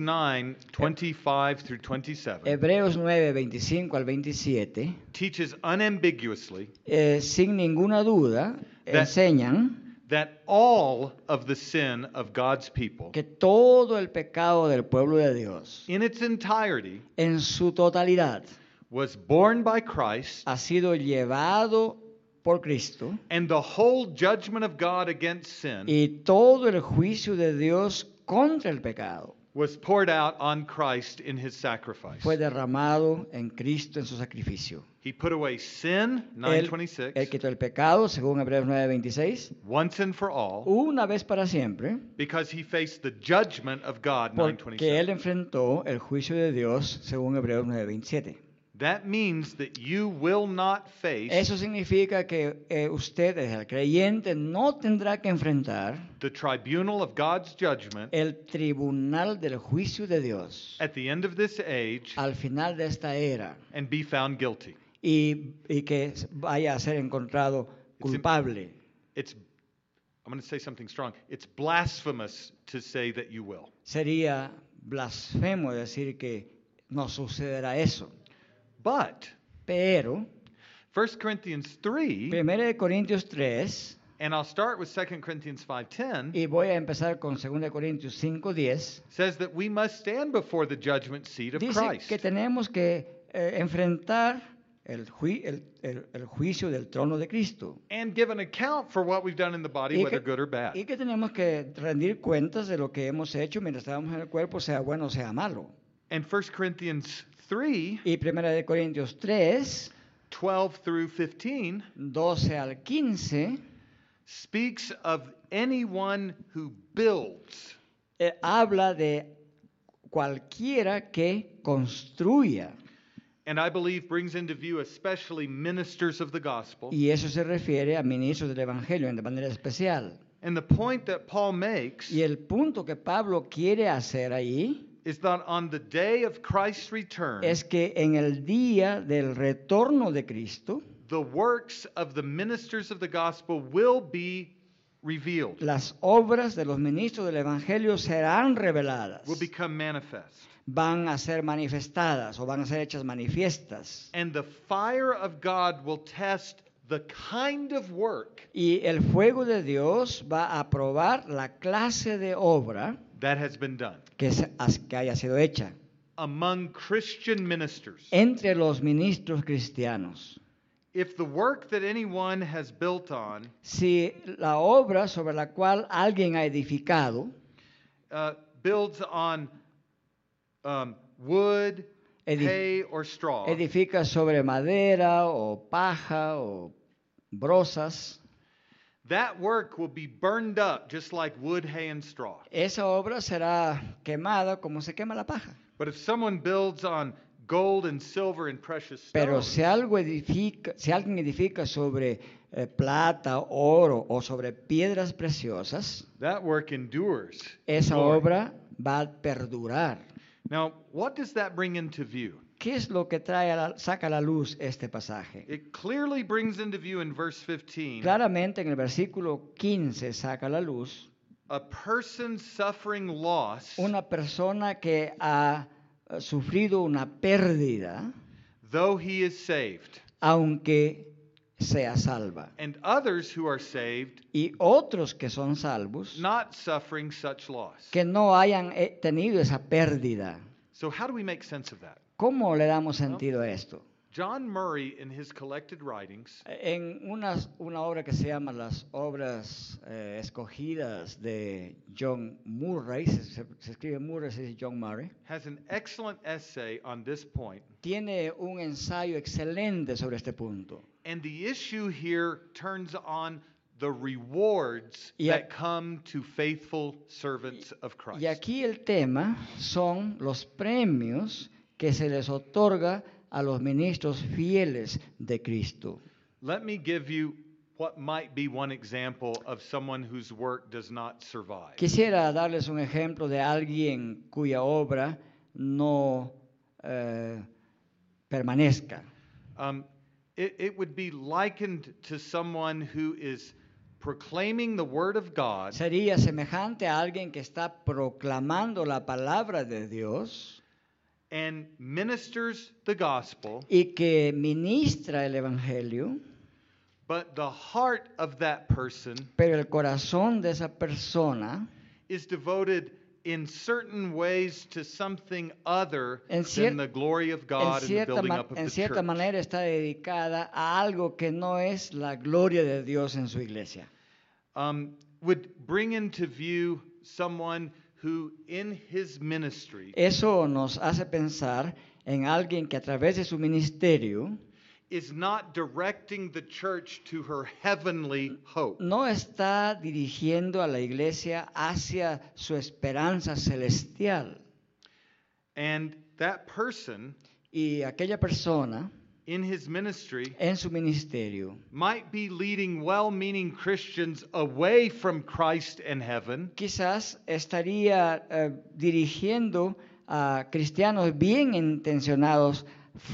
9:25 through 27
Hebreos 9, 25 al 27,
teaches unambiguously
eh, sin ninguna duda,
That-
enseñan
that all of the sin of God's people
que todo el pecado del pueblo de Dios,
in its entirety
en su totalidad,
was borne by Christ
ha sido llevado por Cristo
and the whole judgment of God against sin
y todo el juicio de Dios contra el pecado
was poured out on Christ in his sacrifice.
fue derramado en Cristo en su sacrificio.
He put away sin
Él, él
926
quitó el pecado, según Hebreos 9:26,
once and for all
una vez para siempre,
because he faced the judgment of God
porque él
927.
enfrentó el juicio de Dios, según Hebreos 9:27.
That means that you will not face
Eso significa que eh, usted, el creyente, no tendrá que enfrentar
the tribunal of God's judgment
el tribunal del juicio de Dios
at the end of this age
al final de esta era
and be found guilty.
y, y que vaya a ser encontrado culpable.
It's I'm going to say something strong. It's blasphemous to say that you will.
Sería blasfemo decir que no sucederá eso.
But
Pero
1 Corinthians 3,
1 de Corintios 3,
and I'll start with 2 Corinthians 5:10,
y voy a empezar con 2 de Corintios 5, 10,
says that we must stand before the judgment seat of
dice
Christ.
que tenemos que eh, enfrentar el, ju- el- el- el juicio del trono de Cristo.
And give an account for what we've done in the body, whether good or
y
bad.
que tenemos que rendir cuentas de lo que hemos hecho mientras estábamos en el cuerpo, sea bueno o sea malo.
And 1 Corinthians 3,
Y 1 de Corintios 3,
12 through 15,
12 al 15,
speaks of anyone who builds.
eh, habla de cualquiera que construya.
And I believe brings into view especially ministers of the gospel
Y eso se refiere a ministros del Evangelio de manera especial.
And the point that Paul makes
Y el punto que Pablo quiere hacer ahí
is that on the day of Christ's return,
es que en el día del retorno de Cristo,
the works of the ministers of the gospel will be revealed,
las obras de los ministros del Evangelio serán reveladas,
will become manifest.
van a ser manifestadas o van a ser hechas manifiestas.
And the fire of God will test the kind of work
Y el fuego de Dios va a probar la clase de obra
that has been done
que, se- as- que haya sido hecha
among Christian ministers.
entre los ministros cristianos.
If the work that anyone has built on
Si la obra sobre la cual alguien ha edificado
uh, builds on um, wood,
Edif-
hay, or straw,
edifica sobre madera o paja o brosas,
that work will be burned up just like wood, hay, and straw.
esa obra será quemada como se quema la paja.
But if someone builds on gold and silver and precious
Pero
stones,
si, algo edifica, si alguien edifica sobre eh, plata, oro o sobre piedras preciosas,
that work endures.
esa
glory.
obra va a perdurar.
Now, what does that bring into view?
¿Qué es lo que trae a la- saca a la luz este pasaje?
It clearly brings into view in verse 15
Claramente en el versículo 15 saca a la luz
a person suffering loss,
una persona que ha eh, sufrido una pérdida,
though he is saved,
aunque sea salva.
and others who are saved
Y otros que son salvos,
not suffering such loss.
que no hayan eh, tenido esa pérdida.
So, how do we make sense of that?
¿Cómo le damos sentido a esto?
John Murray, in his collected writings,
En unas- una obra que se llama Las Obras eh, Escogidas de John Murray, se, se- se escribe Murray, se dice John Murray,
has an excellent essay on this point,
tiene un ensayo excelente sobre este punto.
and the issue here turns on the rewards
Y a-
that come to faithful servants of Christ.
Y aquí el tema son los premios que se les otorga a los ministros fieles de Cristo.
Let me give you what might be one example of someone whose work does not survive.
Quisiera darles un ejemplo de alguien cuya obra no eh, permanezca.
Um, it, it would be likened to someone who is proclaiming the word of God,
Sería semejante a alguien que está proclamando la palabra de Dios
and ministers the gospel,
y que ministra el Evangelio,
but the heart of that person
pero el corazón de esa persona
is devoted in certain ways to something other
En cier-
than the glory of God and
en
the
cierta,
building
ma-
up of
en
the
cierta
church.
manera está dedicada a algo que no es la gloria de Dios en su iglesia.
Um, would bring into view someone who, in his ministry,
Eso nos hace pensar en alguien que a través de su ministerio
is not directing the church to her heavenly hope.
no está dirigiendo a la iglesia hacia su esperanza celestial.
And that person
Y aquella persona
in his ministry
en su ministerio
might be leading well meaning Christians away from Christ and heaven
quizás estaría eh, dirigiendo a cristianos bien intencionados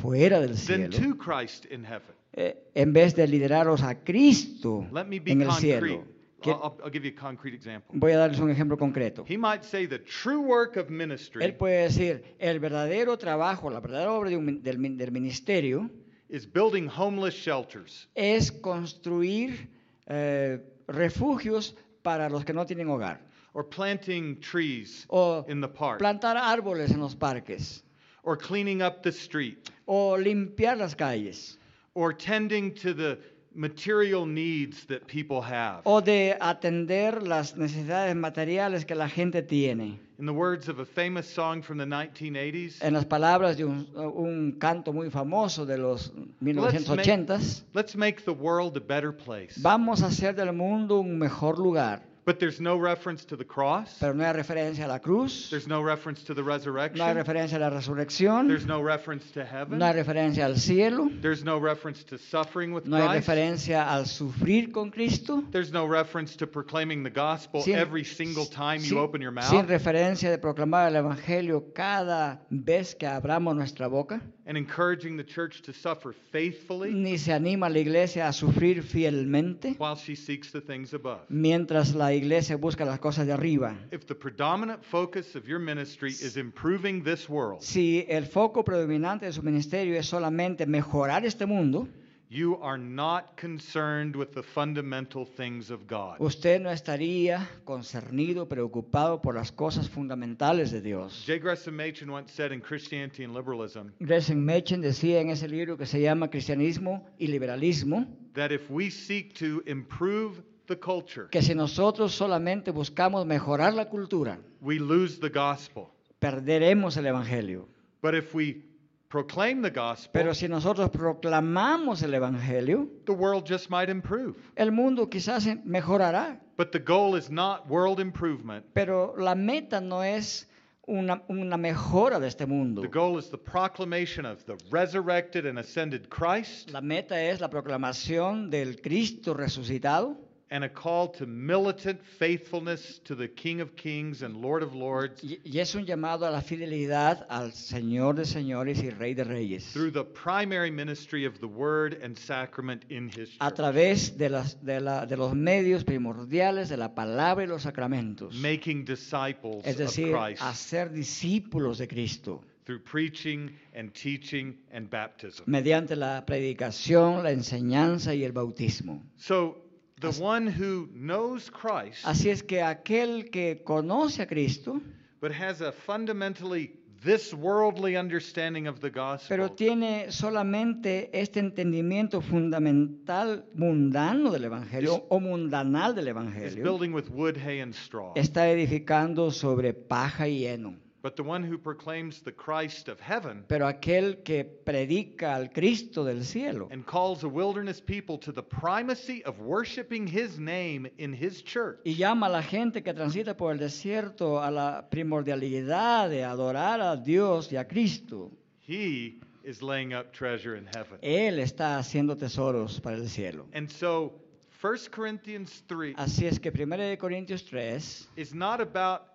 fuera del
than
cielo
to Christ in heaven.
eh, en vez de liderarlos a Cristo
Let me be
en el
concrete.
cielo. Que-
I'll, I'll- I'll give you a concrete example.
voy a darles un ejemplo concreto.
He might say the true work of
Él
ministry
puede decir, el verdadero trabajo, la verdadera obra de un min- del, min- del ministerio
is building homeless shelters,
es construir eh, refugios para los que no tienen hogar
or planting trees
o
in the park,
plantar árboles en los parques
or cleaning up the street,
o limpiar las calles
or tending to the material needs that people have.
o de atender las necesidades materiales que la gente tiene.
In the words of a famous song from the 1980s,
En las palabras de un, un canto muy famoso de los
let's make-
1980s,
let's make the world a better place.
vamos a hacer del mundo un mejor lugar
But there's no reference to the cross.
Pero no hay referencia a la cruz,
There's no reference to the
no hay
resurrection.
referencia a la resurrección,
There's no reference to heaven.
no hay referencia al cielo,
There's no reference to suffering with
no hay
Christ.
referencia al sufrir con Cristo.
There's no reference to proclaiming the gospel every single time
sin-
you open your
sin
mouth
referencia de proclamar el Evangelio cada vez que abramos nuestra boca,
and encouraging the church to suffer faithfully
ni se anima a la iglesia a sufrir fielmente
while she seeks the things above.
mientras la iglesia busca las cosas de arriba.
If the predominant focus of your ministry is improving this world,
Si el foco predominante de su ministerio es solamente mejorar este mundo,
you are not concerned with the fundamental things of God.
usted no estaría concernido, preocupado por las cosas fundamentales de Dios.
J. Gresham Machen once said in Christianity and Liberalism
Gresham Machen decía en ese libro que se llama Cristianismo y Liberalismo,
that if we seek to improve the culture,
que si nosotros solamente buscamos mejorar la cultura,
we lose the gospel.
perderemos el Evangelio.
But if we proclaim the gospel,
Pero si nosotros proclamamos el Evangelio,
the world just might improve.
el mundo quizás se- mejorará,
But the goal is not world improvement.
pero la meta no es una, una mejora de este mundo.
The goal is the proclamation of the resurrected and ascended Christ
La meta es la proclamación del Cristo resucitado
and a call to militant faithfulness to the King of Kings and Lord of Lords
y, y es un llamado a la fidelidad al Señor de señores y Rey de reyes
through the primary ministry of the word and sacrament in his
a
church,
través de, las- de la- de los medios primordiales de la palabra y los sacramentos.
making disciples
Es
of
decir,
Christ
hacer discípulos de Cristo
through preaching and teaching and baptism.
mediante la predicación, la enseñanza y el bautismo.
So the
As-
one who knows Christ
Así es que aquel que conoce a Cristo,
but has a fundamentally this worldly understanding of the gospel
pero tiene solamente este entendimiento fundamental mundano del
Es-
Evangelio o mundanal del
is
Evangelio,
building with wood, hay, and straw.
está edificando sobre paja y heno.
But the one who proclaims the Christ of heaven
Pero aquel que predica al Cristo del cielo
and calls a wilderness people to the primacy of worshiping his name in his church
y llama a la gente que transita por el desierto a la primordialidad de adorar a Dios y a Cristo,
he is laying up treasure in heaven.
Él está haciendo tesoros para el cielo.
And so 1 Corinthians 3
Así es que 1 Corintios 3
is not about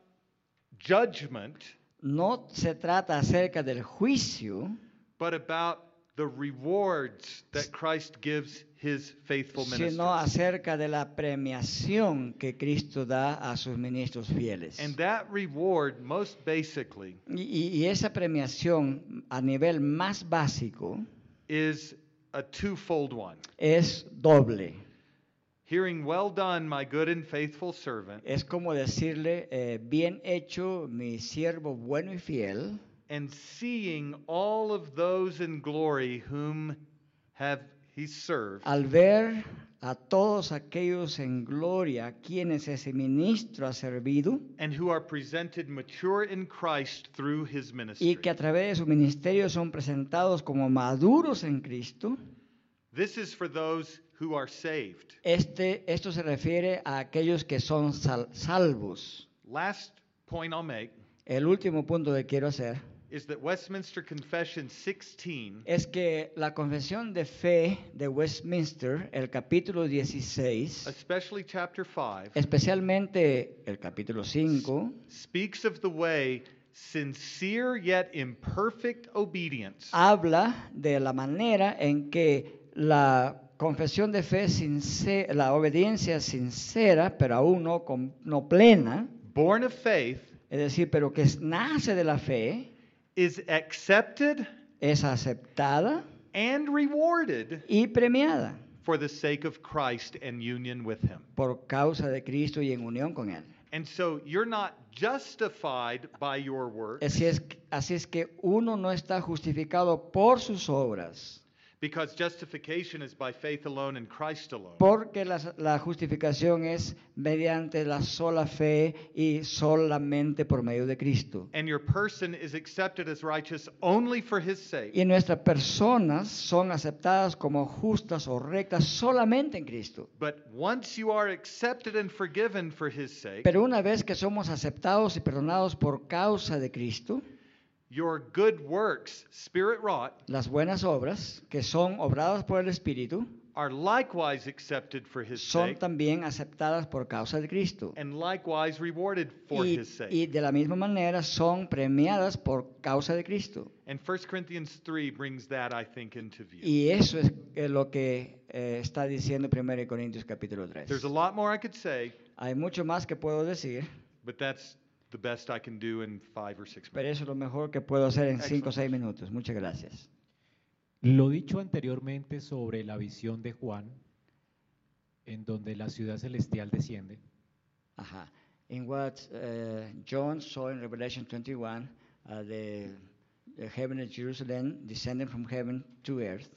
judgment,
no se trata acerca del juicio,
but about the rewards that Christ gives his faithful ministers.
sino acerca de la premiación que Cristo da a sus ministros fieles.
And that reward, most basically,
Y, y- y esa premiación a nivel más básico
is a twofold one.
es doble.
Hearing, Well done, my good and faithful servant,
Es como decirle, eh, bien hecho, mi siervo bueno y fiel,
and seeing all of those in glory whom have he served.
al ver a todos aquellos en gloria a quienes ese ministro ha servido
And who are presented mature in Christ through his
y
ministry.
que a través de su ministerio son presentados como maduros en Cristo.
This is for those who are saved.
Este, esto se refiere a aquellos que son sal- salvos.
Last point I'll make
El último punto que quiero hacer
is that Westminster Confession 16
es que la confesión de fe de Westminster, el capítulo 16,
especially chapter 5,
especialmente el capítulo 5,
speaks of the way sincere yet imperfect obedience
habla de la manera en que la confesión de fe, sincer- la obediencia sincera, pero aún no, com- no plena,
born of faith
es decir, pero que es- nace de la fe,
is accepted
es aceptada
and rewarded
y premiada
for the sake of Christ and union with him.
por causa de Cristo y en unión con Él.
And so you're not justified by your works
Así es, así es que uno no está justificado por sus obras,
Because justification is by faith alone and Christ alone.
Porque la, la justificación es mediante la sola fe y solamente por medio de Cristo.
And your person is accepted as righteous only for his sake.
Y nuestras personas son aceptadas como justas o rectas solamente en Cristo.
But once you are accepted and forgiven for his sake,
Pero una vez que somos aceptados y perdonados por causa de Cristo,
your good works, spirit wrought,
las buenas obras que son obradas por el Espíritu
are likewise accepted for his
son
sake
también aceptadas por causa de Cristo.
and likewise rewarded for
Y,
his
y
sake.
de la misma manera son premiadas por causa de Cristo.
And 1 Corinthians 3 brings that, I think, into view.
Y eso es eh, lo que eh, está diciendo 1 Corintios capítulo 3.
There's a lot more I could say,
Hay mucho más que puedo decir,
but that's the best I can do in five or six
pero
minutes.
eso es lo mejor que puedo hacer en 5 o
Excellent.
6 minutos. Muchas gracias.
Lo dicho anteriormente sobre la visión de Juan, en donde la ciudad celestial desciende,
Ajá. In what uh, John saw in Revelation 21, uh, the, the heaven of Jerusalem descending from heaven to earth,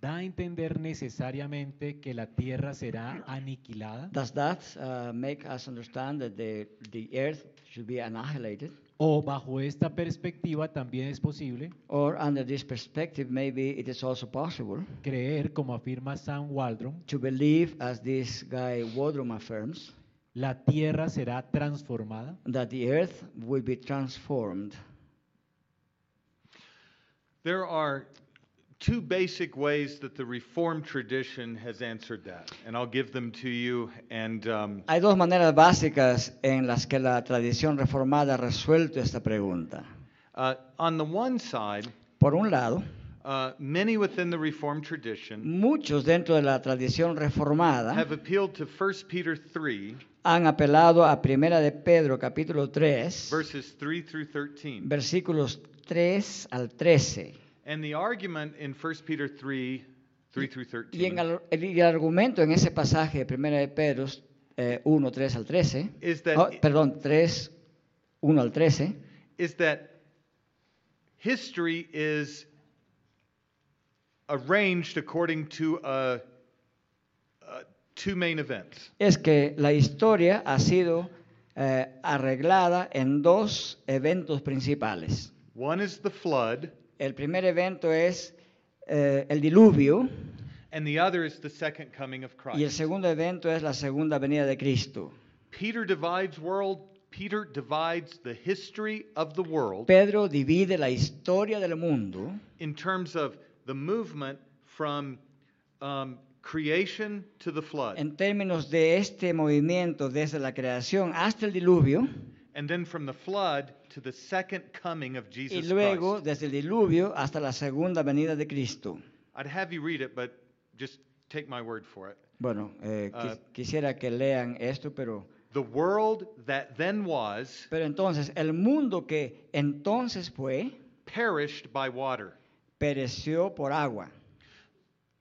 da a entender necesariamente que la tierra será aniquilada
does that uh, make us understand that the, the earth should be annihilated?
o bajo esta perspectiva también es posible
Or under this perspective, maybe it is also possible
creer, como afirma San Waldron,
to believe, as this guy Wodrum affirms,
la tierra será transformada
that the earth will be transformed.
There are two basic ways that the Reformed tradition has answered that, and I'll give them to you. And um,
Hay dos maneras básicas en las que la tradición reformada ha resuelto esta pregunta.
uh, on the one side,
Por un lado,
uh, many within the Reformed tradition
muchos dentro de la tradición reformada
have appealed to 1 Peter 3,
han apelado a Primera de Pedro capítulo 3,
verses 3 through 13.
versículos 3 al 13.
And the argument in 1 Peter 3, 3 through
Y en
13
al- el, y el argumento en ese pasaje de Primera de Pedro eh, 1, 3 al 13,
Is that-
oh, perdón, 3, 1 al 13,
is that history is arranged according to uh, uh, two main events.
es que la historia ha sido eh, arreglada en dos eventos principales.
One is the flood,
El primer evento es eh, el diluvio
and the other is the second coming of Christ.
y el segundo evento es la segunda venida de Cristo.
Peter divides world. Peter divides the history of the world
Pedro divide la historia del mundo
in terms of the movement from um, creation to the flood,
en términos de este movimiento desde la creación hasta el diluvio
and then from the flood to the second coming of Jesus
y luego
Christ.
desde el diluvio hasta la segunda venida de Cristo.
I'd have you read it, but just take my word for it.
Bueno, eh, qui-
Ah.
quisiera que lean esto, pero,
The world that then was
pero entonces el mundo que entonces fue
perished by water.
pereció por agua.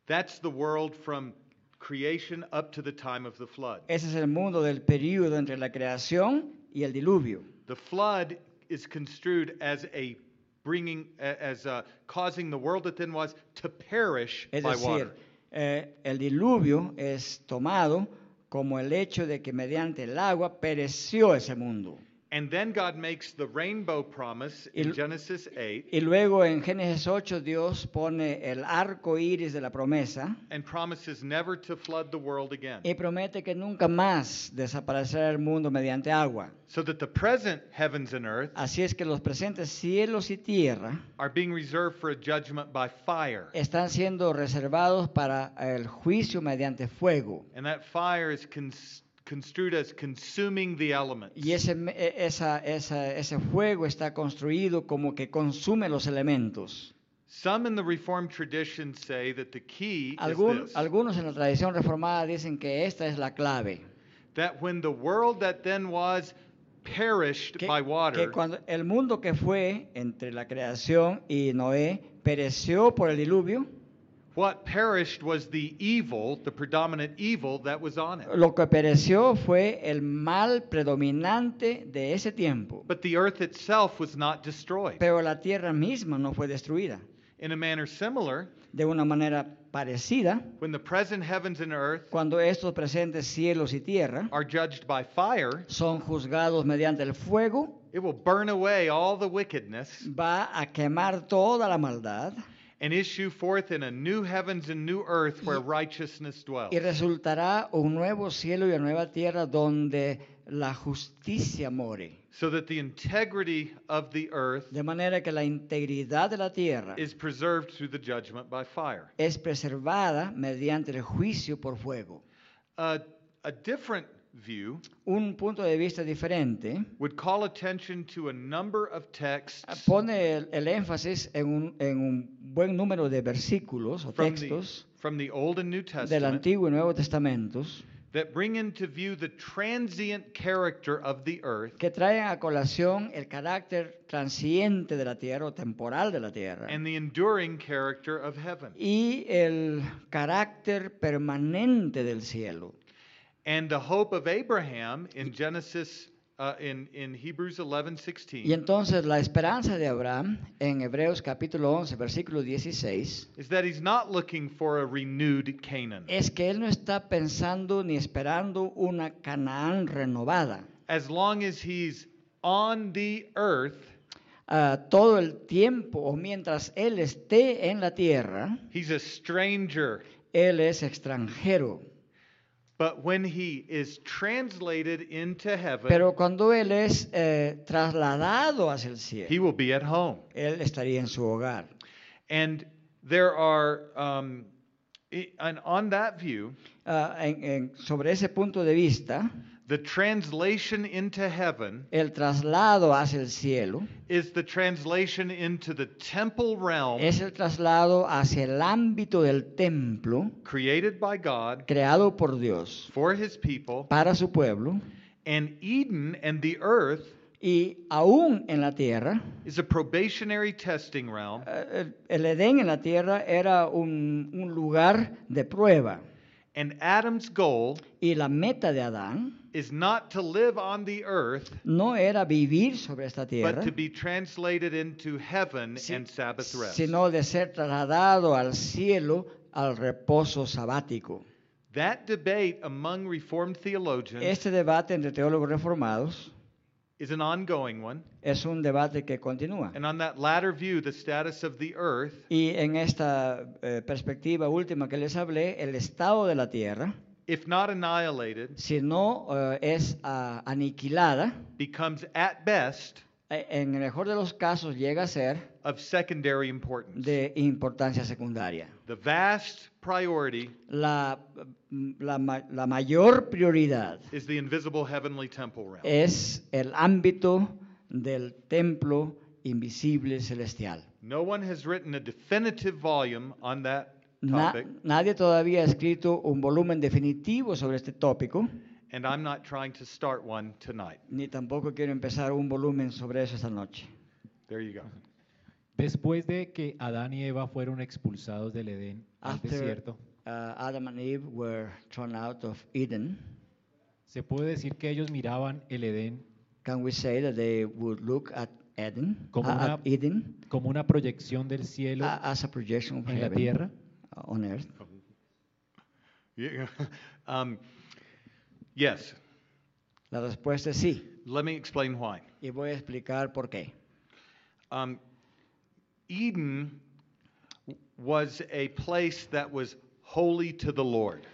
That's the world from creation up to the time of the flood.
Ese es el mundo del periodo entre la creación y el diluvio.
The flood is construed as a bringing, a- as uh causing the world that then was to perish
Es
by
decir,
water.
eh, el diluvio es tomado como el hecho de que mediante el agua pereció ese mundo.
And then God makes the rainbow promise
El-
in Genesis 8
Y luego en Génesis 8 Dios pone el arco iris de la promesa
and promises never to flood the world again.
y promete que nunca más desaparecerá el mundo mediante agua.
So that the present heavens and earth
Así es que los presentes cielos y tierra
are being reserved for a judgment by fire.
están siendo reservados para el juicio mediante fuego.
And that fire is cons- construed as consuming the elements.
Y ese, me- e- esa- esa- ese fuego está construido como que consume los elementos.
Some in the Reformed tradition say that the key
Algun-
is this,
algunos en la tradición reformada dicen que esta es la clave.
that when the world that then was perished
Que,
by
que
water,
cuando el mundo que fue entre la creación y Noé pereció por el diluvio,
what perished was the evil, the predominant evil that was on it.
lo que pereció fue el mal predominante de ese tiempo.
But the earth itself was not destroyed.
Pero la tierra misma no fue destruida.
In a manner similar,
De una manera parecida,
when the present heavens and earth
cuando estos presentes cielos y tierra
are judged by fire,
son juzgados mediante el fuego,
it will burn away all the wickedness
va a quemar toda la maldad
and issue forth in a new heavens and new earth where righteousness dwells.
y resultará un nuevo cielo y una nueva tierra donde la justicia more.
So that the integrity of the earth
De manera que la integridad de la tierra
is preserved through the judgment by fire.
es preservada mediante el juicio por fuego.
A, a different view
Un punto de vista diferente
would call attention to a number of texts
pone el, el énfasis en un, en un buen número de versículos o
from the,
textos
from the Old and New
del
Testament
Antiguo y Nuevo Testamentos
that bring into view the transient character of the earth
que traen a colación el carácter transiente de la tierra o temporal de la tierra
and the enduring character of heaven
y el carácter permanente del cielo
and the hope of Abraham in Genesis uh, in in Hebrews 11:16
Y entonces la esperanza de Abraham en Hebreos capítulo 11, versículo 16,
is that he's not looking for a renewed Canaan
es que él no está pensando ni esperando una Canaán renovada.
as long as he's on the earth
Ah, todo el tiempo o mientras él esté en la tierra,
he's a stranger
él es extranjero.
but when he is translated into heaven
Pero cuando él es eh, trasladado hacia el
he
cielo,
will be at home
él estaría en su hogar.
and there are um, i- and on that view
Ah, en- en- sobre ese punto de vista,
The translation into heaven
el traslado hacia el cielo
is the translation into the temple realm
es el traslado hacia el ámbito del templo
created by God
creado por Dios
for his people,
para su pueblo
and Eden and the earth
y aún en la tierra.
is a probationary testing realm,
eh, El Edén en la tierra era un, un lugar de prueba
and Adam's goal
y la meta de Adán
is not to live on the earth.
no era vivir sobre esta tierra,
But to be translated into heaven
si-
and Sabbath rest.
sino de ser trasladado al cielo al reposo sabático.
that debate among Reformed theologians
Este debate entre teólogos reformados
is an ongoing one.
es un debate que continúa.
And on that latter view, the status of the earth
Y en esta eh, perspectiva última que les hablé, el estado de la tierra,
if not annihilated,
si no eh, es ah, aniquilada,
becomes at best
eh, en el mejor de los casos llega a ser
of secondary importance.
de importancia secundaria.
the vast priority
La, la ma- la mayor prioridad
is the invisible heavenly temple realm.
es el ámbito del templo invisible celestial.
no one has written a definitive volume on that
Na-
topic,
nadie todavía ha escrito un volumen definitivo sobre este tópico,
and I'm not trying to start one tonight.
ni tampoco quiero empezar un volumen sobre eso esta noche.
There you go.
Después de que Adán y Eva fueron expulsados del Edén al
After
desierto,
uh, Adam and Eve were thrown out of Eden,
se puede decir que ellos miraban el Edén
can we say that they would look at Eden,
Como
uh,
una-
at Eden
como una proyección del cielo
uh, as a projection of
en la
heaven
tierra?
uh, on earth?
Yeah. um, yes,
La respuesta es sí,
let me explain why.
y voy a explicar por qué.
Um, Eden was a place that was holy to the Lord.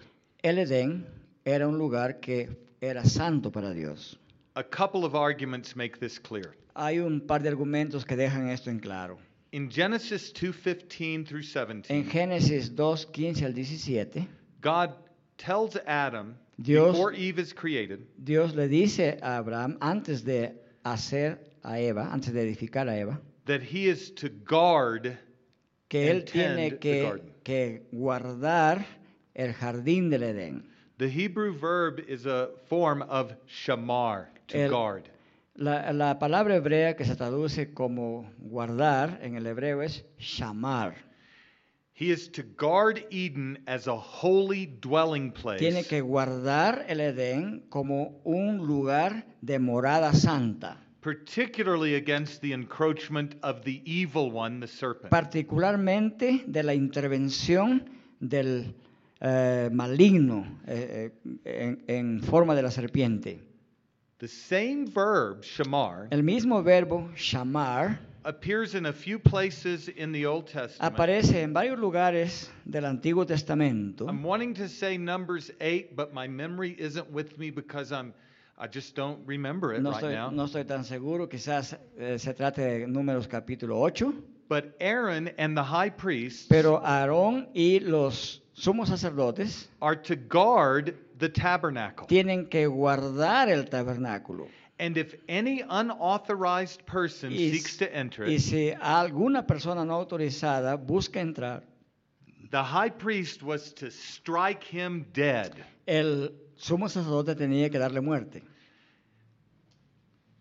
El Edén era un lugar que era santo para Dios.
A couple of arguments make this clear.
Hay un par de argumentos que dejan esto en claro.
In Genesis 2:15 through 17,
En Génesis 2, 15 al 17,
God tells Adam
Dios-
before Eve is created
Dios le dice a Abraham antes de hacer a Eva, antes de edificar a Eva,
that he is to guard
que él
Intend the
tiene que,
garden.
que guardar el jardín del Edén.
the Hebrew verb is a form of shamar to
El-
guard.
La, la palabra hebrea que se traduce como guardar en el hebreo es shamar.
He is to guard Eden as a holy dwelling place
Tiene que guardar el Edén como un lugar de morada santa,
particularly against the encroachment of the evil one, the serpent.
particularmente de la intervención del eh, maligno eh, eh, en, en forma de la serpiente.
The same verb, shamar,
El mismo verbo shamar
appears in a few places in the Old Testament.
aparece en varios lugares del Antiguo Testamento.
I'm wanting to say Numbers 8, but my memory isn't with me because I'm I just don't remember it
No
right
estoy,
now.
no estoy tan seguro, quizás eh, se trate de Números capítulo 8,
But Aaron and the high priests
pero Aarón y los sumos sacerdotes
are to guard the tabernacle.
tienen que guardar el tabernáculo.
And if any unauthorized person
Y,
seeks to enter
y
it,
si alguna persona no autorizada busca entrar,
the high priest was to strike him dead.
el sumo sacerdote tenía que darle muerte.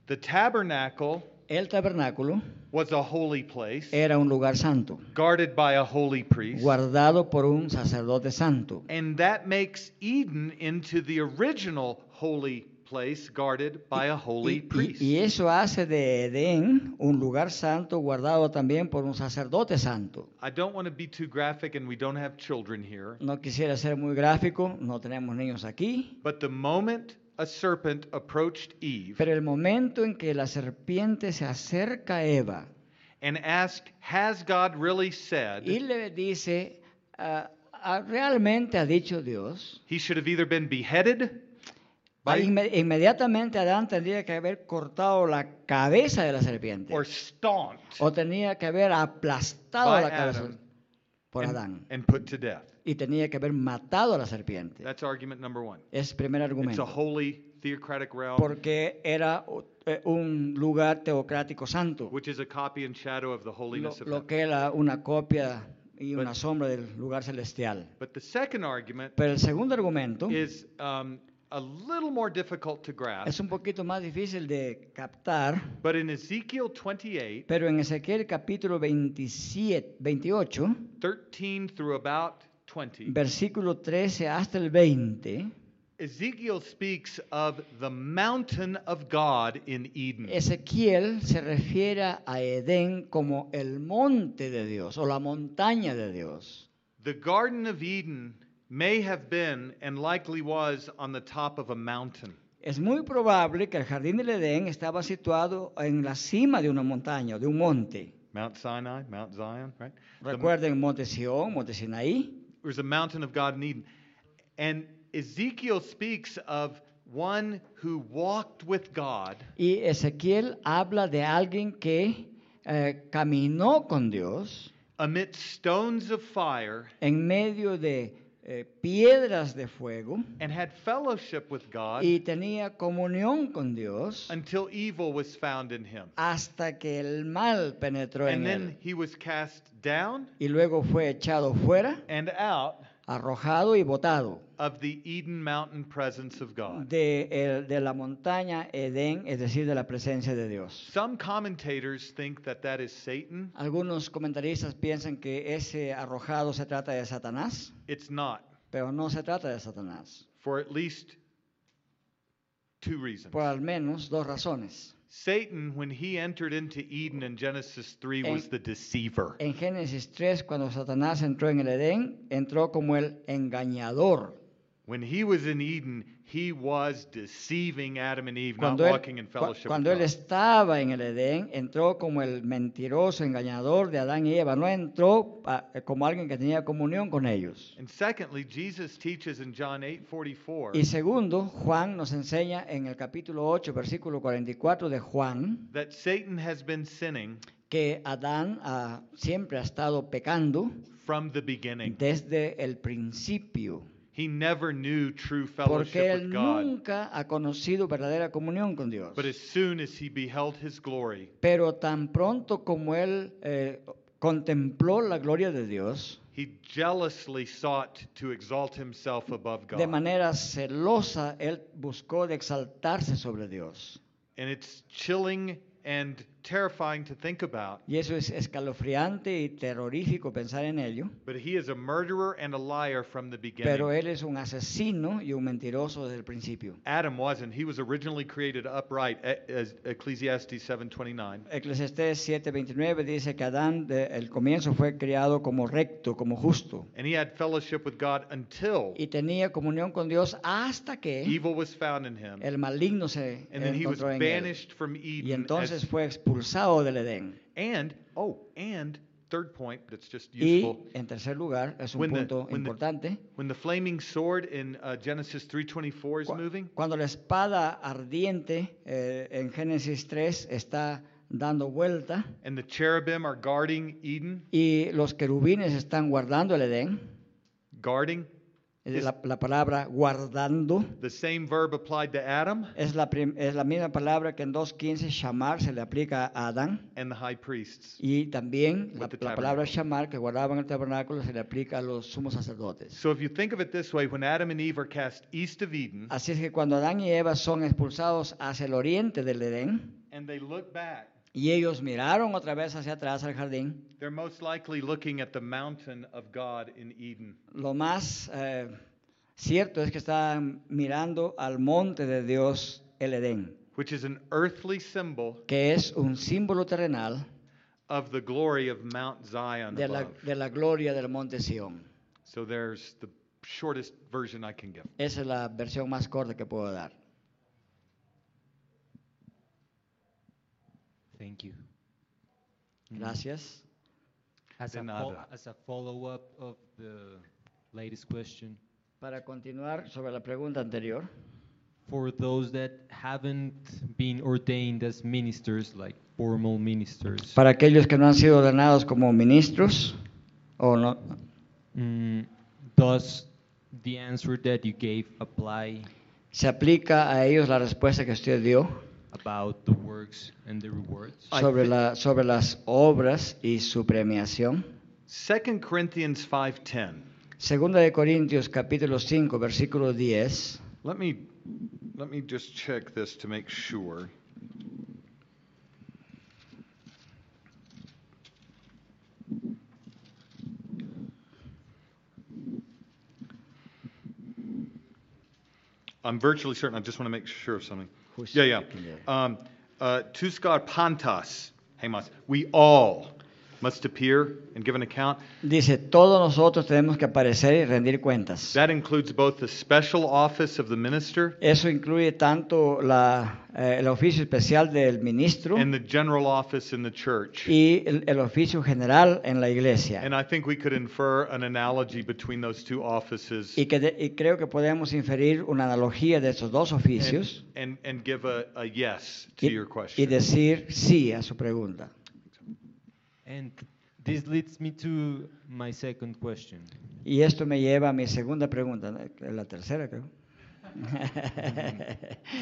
The tabernacle
El tabernáculo
was a holy place
era un lugar santo,
guarded by a holy priest.
guardado por un sacerdote santo.
And that makes Eden into the original holy place guarded by a holy
Y, y-
priest.
y eso hace de Edén un lugar santo guardado también por un sacerdote santo.
I don't want to be too graphic and we don't have children here,
No quisiera ser muy gráfico, no tenemos niños aquí,
but the moment a serpent approached Eve
pero el momento en que la serpiente se acerca a Eva
and asked, Has God really said?
y le dice, "Ah, ah, ¿realmente ha dicho Dios?
He should have either been beheaded by,
Inme- Inmediatamente Adán tendría que haber cortado la cabeza de la serpiente.
or stomped
O tenía que haber aplastado
by
la cabeza
Adam
por
and,
Adán.
and put to death.
Y tenía que haber matado a la serpiente.
That's argument number one.
Es primer
It's a
argumento.
holy theocratic realm,
Porque era uh, eh, un lugar teocrático santo.
which is a copy and shadow of the
Lo,
holiness of
lo
heaven.
que era una copia y una
But-
sombra del lugar celestial.
But the second argument
Pero el segundo argumento
is um, a little more difficult to
es
grasp.
un poquito más difícil de captar.
But in Ezekiel 28,
Pero en Ezequiel capítulo 27, 28,
13 through about 20,
versículo 13 hasta el 20,
Ezekiel speaks of the mountain of God in Eden.
Ezequiel se refiere a Edén como el monte de Dios o la montaña de Dios.
The Garden of Eden may have been and likely was on the top of a mountain.
Es muy probable que el jardín del Edén estaba situado en la cima de una montaña, de un monte.
Mount Sinai, Mount Zion, right? The-
Recuerden Monte Sión, Monte Sinaí.
there's a mountain of God in Eden. And Ezekiel speaks of one who walked with God
Y Ezequiel habla de alguien que eh, caminó con Dios
amidst stones of fire
en medio de eh, piedras de fuego
and had fellowship with God
y tenía comunión con Dios
until evil was found in him.
hasta que el mal penetró en
And then
él.
he was cast down
y luego fue echado fuera,
and out
arrojado y botado
of the Eden mountain presence of God.
de, el- de la montaña Edén, es decir, de la presencia de Dios.
Some commentators think that that is Satan.
Algunos comentaristas piensan que ese arrojado se trata de Satanás,
It's not,
pero no se trata de Satanás,
for at least two reasons.
por al menos dos razones.
Satan, when he entered into Eden in Genesis 3,
En-
was the deceiver.
En Génesis 3, cuando Satanás entró en el Edén, entró como el engañador.
When he was in Eden, he was deceiving Adam and Eve, not
Cuando
walking in
él, cua-
fellowship
cuando él
with God.
estaba en el Edén, entró como el mentiroso engañador de Adán y Eva, no entró ah, como alguien que tenía comunión con ellos.
And secondly, Jesus teaches in John 8 44.
Y segundo, Juan nos enseña en el capítulo 8, versículo 44 de Juan,
that Satan has been sinning
que Adán ah, siempre ha estado pecando
from the beginning.
desde el principio,
He never knew true
porque
fellowship
él
with God.
nunca ha conocido verdadera comunión con Dios.
But as soon as he beheld his glory,
Pero tan pronto como él eh, contempló la gloria de Dios,
he jealously sought to exalt himself above God.
De manera celosa, él buscó de exaltarse sobre Dios.
And it's chilling and terrifying to think about.
Y eso es escalofriante y terrorífico pensar en ello.
But he is a murderer and a liar from the
Pero
beginning.
él es un asesino y un mentiroso desde el principio.
Adam wasn't. He was originally created upright, e- as Ecclesiastes 7:29.
Eclesiastés 7:29 dice que Adán de- el comienzo fue criado como recto, como justo.
And he had fellowship with God until
Y tenía comunión con Dios hasta que
evil was found in him.
el maligno se
And then he was
encontró en él.
banished from
Y
Eden. as-
entonces fue expulsado del Edén.
and, oh, and third point that's just
Y
useful.
en tercer lugar, es un
When the-
punto
when the-
importante,
When the flaming sword in uh, Genesis 3:24 is
cua-
moving,
cuando la espada ardiente eh, en Génesis 3 está dando vuelta
and the cherubim are guarding Eden,
y los querubines están guardando el Edén,
guarding,
eh,
Es-
la, la palabra guardando
the same verb applied to Adam
es la, prim- es la misma palabra que en 2.15 shamar se le aplica a Adán
and the high priests.
y también
With
la,
the
la palabra
tabernacle.
shamar que guardaban el tabernáculo se le aplica a los sumos sacerdotes.
So if you think of it this way, when Adam and Eve are cast east of Eden
Así es que cuando Adán y Eva son expulsados hacia el oriente del Edén
and they look back,
y ellos miraron otra vez hacia atrás al jardín,
they're most likely looking at the mountain of God in Eden.
lo más eh, cierto es que estaban mirando al monte de Dios, el Edén,
which is an earthly symbol
que es un símbolo terrenal
of the glory of Mount Zion
de la,
above.
de la gloria del monte Sión.
So there's the shortest version I can give.
Esa es la versión más corta que puedo dar.
Thank you.
Mm. Gracias.
As
De
a, fo-
nada.
as a follow-up of the latest question,
Para continuar sobre la pregunta anterior,
For those that haven't been ordained as ministers, like formal ministers,
para aquellos que no han sido ordenados como ministros, o no,
mm, does the answer that you gave apply
se aplica a ellos la respuesta que usted dio
about the works and the rewards?
I
sobre,
thi-
la, sobre las obras y su premiación.
2 Corinthians 5:10.
Segunda de Corintios capítulo 5, versículo 10.
Let me let me just check this to make sure. I'm virtually certain. I just want to make sure of something.
Who's
yeah,
speaking there?
yeah. Um, uh, Tuskar pantas, hemos. We all must appear and give an account.
Dice, todos nosotros tenemos que aparecer y rendir cuentas.
That includes both the special office of the minister
Eso incluye tanto la, eh, el oficio especial del ministro
and the general office in the church.
y el, el oficio general en la iglesia.
And I think we could infer an analogy between those two offices
Y, que de- y creo que podemos inferir una analogía de estos dos
and,
oficios
and, and give a, a yes to
y,
your
y
question.
decir sí a su pregunta.
And this leads me to my second question.
Y esto me lleva a mi segunda pregunta, ¿no? la tercera creo.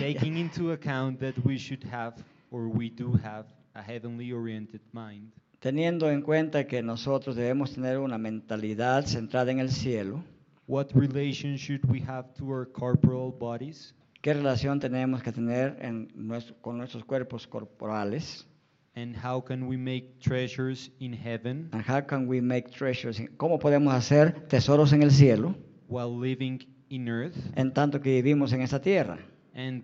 Taking into account that we should have, or we do have, a heavenly oriented mind,
Teniendo en cuenta que nosotros debemos tener una mentalidad centrada en el cielo,
what relation should we have to our corporal bodies?
¿qué relación tenemos que tener en nuestro- con nuestros cuerpos corporales?
And how can we make treasures in heaven
And how can we make treasures in- ¿Cómo podemos hacer tesoros en el cielo
while living in earth?
en tanto que vivimos en esta tierra?
And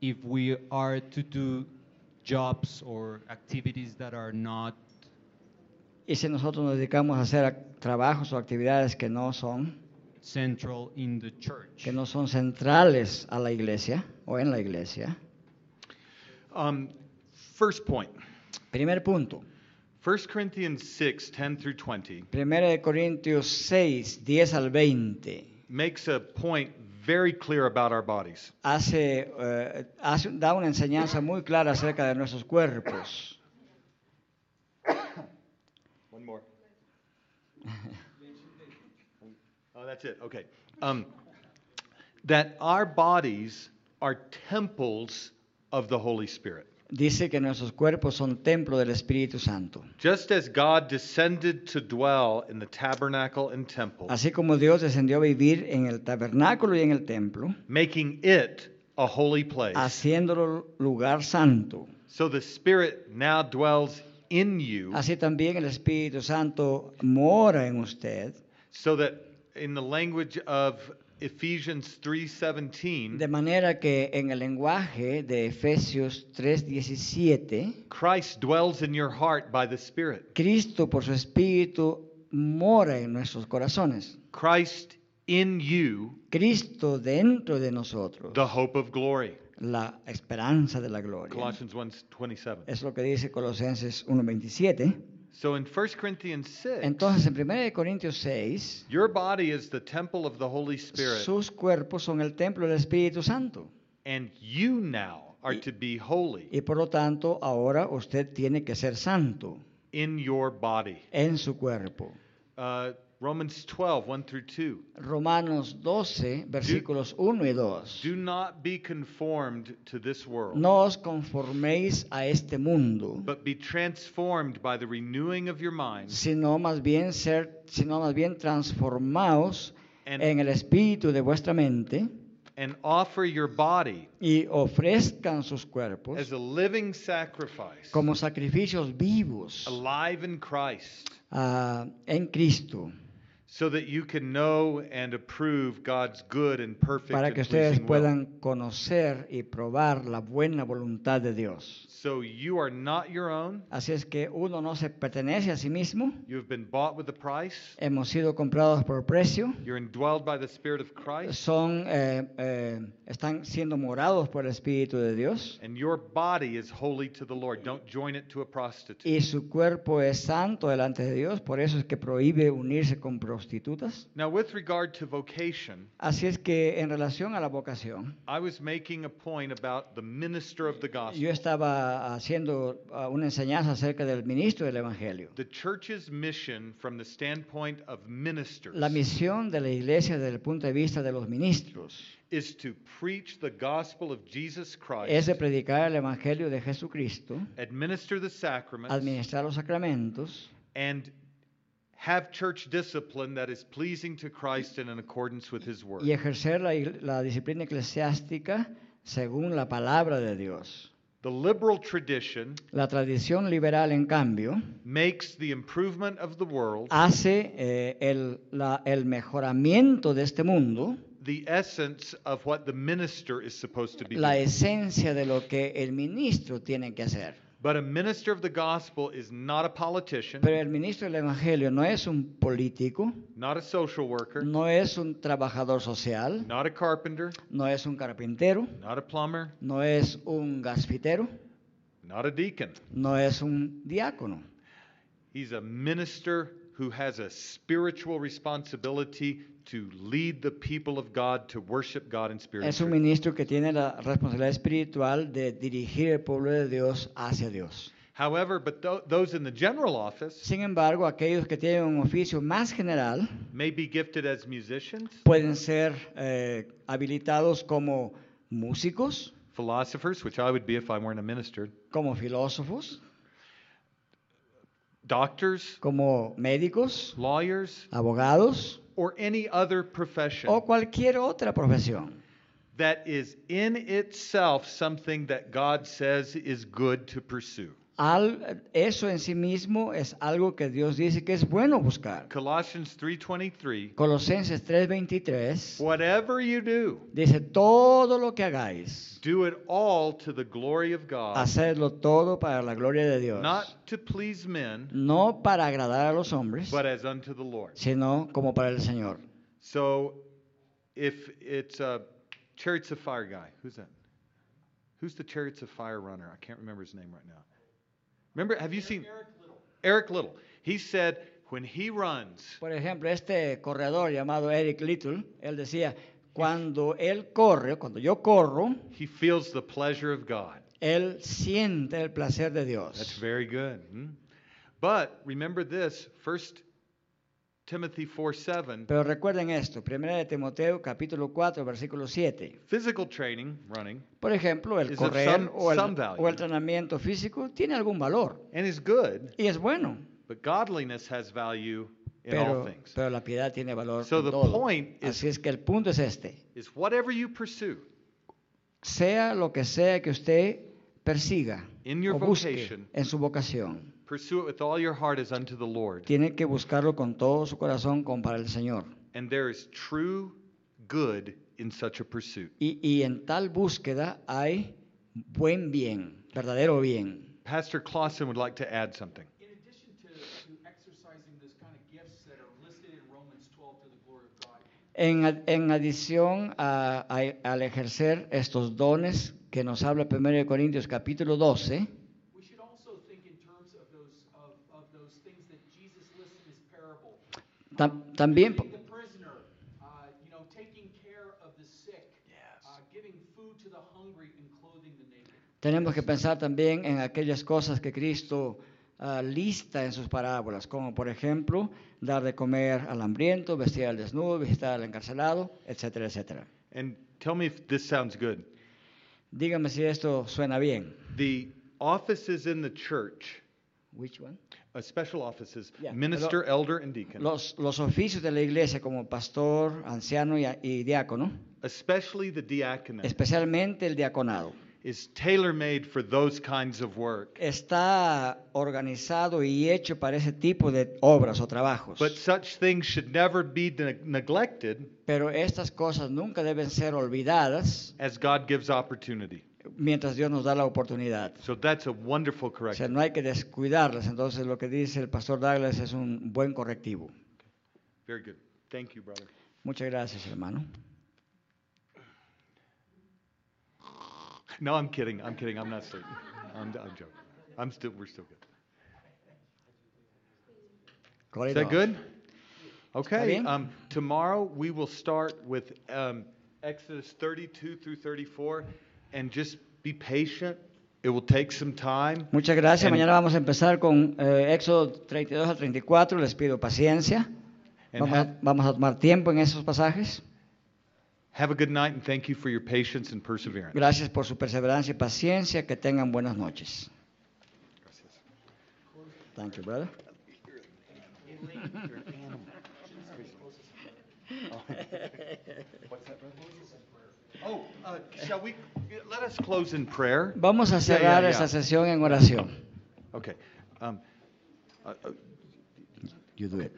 if we are to do jobs or activities that are not
Y si nosotros nos dedicamos a hacer ac- trabajos o actividades que no son
central in the church,
que no son centrales a la iglesia o en la iglesia.
Um, first point
Primer punto.
1 Corinthians 6 10 through 20
Primera de Corintios 6, 10 al 20.
makes a point very clear about our bodies.
hace, eh, hace- da una enseñanza muy clara acerca de nuestros cuerpos.
One more. oh, that's it. Okay. Um, that our bodies are temples of the Holy Spirit.
Dice que nuestros cuerpos son templo del Espíritu Santo.
Just as God descended to dwell in the tabernacle and temple,
Así como Dios descendió a vivir en el tabernáculo y en el templo,
making it a holy place,
haciéndolo lugar santo.
So the Spirit now dwells in you,
Así también el Espíritu Santo mora en usted.
so that in the language of Ephesians 3:17,
De manera que en el lenguaje de Efesios 3:17,
Christ dwells in your heart by the Spirit.
Cristo por su Espíritu mora en nuestros corazones.
Christ in you,
Cristo dentro de nosotros,
the hope of glory.
la esperanza de la gloria.
Colossians 1:27.
Es lo que dice Colosenses 1:27.
So in 1 Corinthians 6,
Entonces, en 1 Corintios 6,
your body is the temple of the Holy Spirit,
sus cuerpos son el templo del Espíritu Santo.
and you now are
Y-
to be holy
Y por lo tanto, ahora usted tiene que ser santo
in your body.
en su cuerpo.
Uh, Romans 12, 1 through 2.
Romanos 12, versículos 1 y 2.
Do not be conformed to this world,
No os conforméis a este mundo,
but be transformed by the renewing of your mind,
sino más bien ser, sino más bien transformaos
And-
en el espíritu de vuestra mente
and offer your body
y ofrezcan sus
as
cuerpos
a living sacrifice,
como sacrificios vivos
alive in Christ,
ah, en Cristo,
so that you can know and approve God's good and perfect
para
and
que ustedes
pleasing will.
puedan conocer y probar la buena voluntad de Dios.
So you are not your own.
Así es que uno no se pertenece a sí mismo,
You have been bought with a price.
hemos sido comprados por precio.
You're indwelled by the Spirit of Christ,
son, eh, eh, están siendo morados por el Espíritu de Dios
and your body is holy to the Lord. Don't join it to a prostitute.
y su cuerpo es santo delante de Dios, por eso es que prohíbe unirse con prostitutas.
Now, with regard to vocation,
Así es que en relación a la vocación,
I was making a point about the minister of the
yo
gospel.
estaba haciendo ah, una enseñanza acerca del ministro del Evangelio.
The church's mission from the standpoint of ministers
La misión de la iglesia desde el punto de vista de los ministros
is to preach the gospel of Jesus
es
Christ,
de predicar el Evangelio de Jesucristo,
administer the sacraments,
administrar los sacramentos
and have church discipline that is pleasing to Christ and in accordance with his word.
y ejercer la, ig- la disciplina eclesiástica según la palabra de Dios.
The liberal tradition
La tradición liberal, en cambio,
makes the improvement of the world
Ah. hace eh, el, la- el mejoramiento de este mundo
the essence of what the minister is supposed to be
la
doing.
esencia de lo que el ministro tiene que hacer.
But a minister of the gospel is not a politician,
Pero el ministro del Evangelio no es un político,
not a social worker,
no es un trabajador social,
not a carpenter,
no es un carpintero,
not a plumber,
no es un gasfitero,
not a deacon.
no es un diácono.
He's a minister who has a spiritual responsibility to lead the people of God to worship God in spirit. and
Es un
truth.
ministro que tiene la responsabilidad espiritual de dirigir el pueblo de Dios hacia Dios.
However, but tho- those in the general office
Sin embargo, aquellos que tienen un oficio más general
may be gifted as musicians,
pueden ser eh, habilitados como músicos,
philosophers, which I would be if I weren't a minister,
como filósofos,
doctors,
como médicos,
lawyers,
abogados
or any other profession
o cualquier otra profesión
that is in itself something that God says is good to pursue.
Al- eso en sí mismo es algo que Dios dice que es bueno buscar.
Colossians 3:23
Colosenses 3:23
Whatever you do,
dice, todo lo que hagáis,
do it all to the glory of God,
hacedlo todo para la gloria de Dios,
not to please men,
no para agradar a los hombres,
but as unto the Lord.
sino como para el Señor.
So if it's a Chariots of Fire guy, who's that? Who's the Chariots of Fire runner? I can't remember his name right now. Remember, have you seen Eric Little? Eric Little. He said when he runs,
Por ejemplo, este corredor llamado Eric Little, él decía, cuando él corre, cuando yo corro,
He feels the pleasure of God.
él siente el placer de
That's
Dios.
very good. hmm? But remember this, 1 Timothy 4 7,
Pero recuerden esto, 1 de Timoteo capítulo 4, versículo 7.
physical training, running,
Por ejemplo, el
Is of
correr
some-
o, el,
some value.
o el entrenamiento físico tiene algún valor
and is good,
y es bueno,
but godliness has value in all
pero,
things.
pero la piedad tiene valor
So
en
the
todo.
point is-
Así es que el punto es este.
Is whatever you pursue,
Sea lo que sea que usted persiga
In your
o busque
vocation.
en su vocación.
Pursue it with all your heart as unto the Lord.
Tiene que buscarlo con todo su corazón, como para el Señor.
And there is true good in such a pursuit.
Y, y en tal búsqueda hay buen bien, verdadero bien.
Pastor Clausen would like to add something.
In addition to, to exercising those kind of gifts that are listed in Romans 12 to the glory of God,
En, ad- en adición a- a- al ejercer estos dones que nos habla 1 de Corintios capítulo 12,
we should also think in terms of those of, of those things that Jesus lists in his parable.
tam- también po-
Feeding the prisoner, uh, you know, taking care of the sick, uh, giving food to the hungry and clothing the naked.
tenemos que pensar también en aquellas cosas que Cristo ah, lista en sus parábolas, como por ejemplo dar de comer al hambriento, vestir al desnudo, visitar al encarcelado, etcétera, etcétera.
And tell me if this sounds good.
Dígame si esto suena bien.
The offices in the church,
Which one?
uh, special offices,
Yeah.
minister, elder, and deacon,
Los, los oficios de la iglesia como pastor, anciano y, a- y diácono,
especially the diaconate,
especialmente el diaconado,
is tailor made for those kinds of work.
está organizado y hecho para ese tipo de obras o trabajos.
But such things should never be ne- neglected
Pero estas cosas nunca deben ser olvidadas
as God gives opportunity.
mientras Dios nos da la oportunidad.
So that's a wonderful
O sea,
correction.
no hay que descuidarlas. Entonces lo que dice el pastor Douglas es un buen correctivo.
Very good. Thank you, brother.
Muchas gracias, hermano.
No, I'm kidding. I'm kidding. I'm not sleeping. I'm, I'm joking. I'm still. We're still good. Is
Correcto.
that good? Okay.
bien.
Um, tomorrow we will start with um, Exodus 32 through 34, and just be patient. It will take some time.
Muchas gracias.
And-
Mañana vamos a empezar con eh, Éxodo 32 al 34. Les pido paciencia.
And
Vamos a,
have-
vamos a tomar tiempo en esos pasajes.
Have a good night, and thank you for your patience and perseverance.
Gracias por su perseverancia y paciencia. Que tengan buenas noches. Thank you, brother.
Oh, uh, shall we? Let us close in prayer.
Vamos a
Yeah, yeah,
cerrar
yeah.
esta sesión en oración.
Okay. Um, uh, uh,
You do it.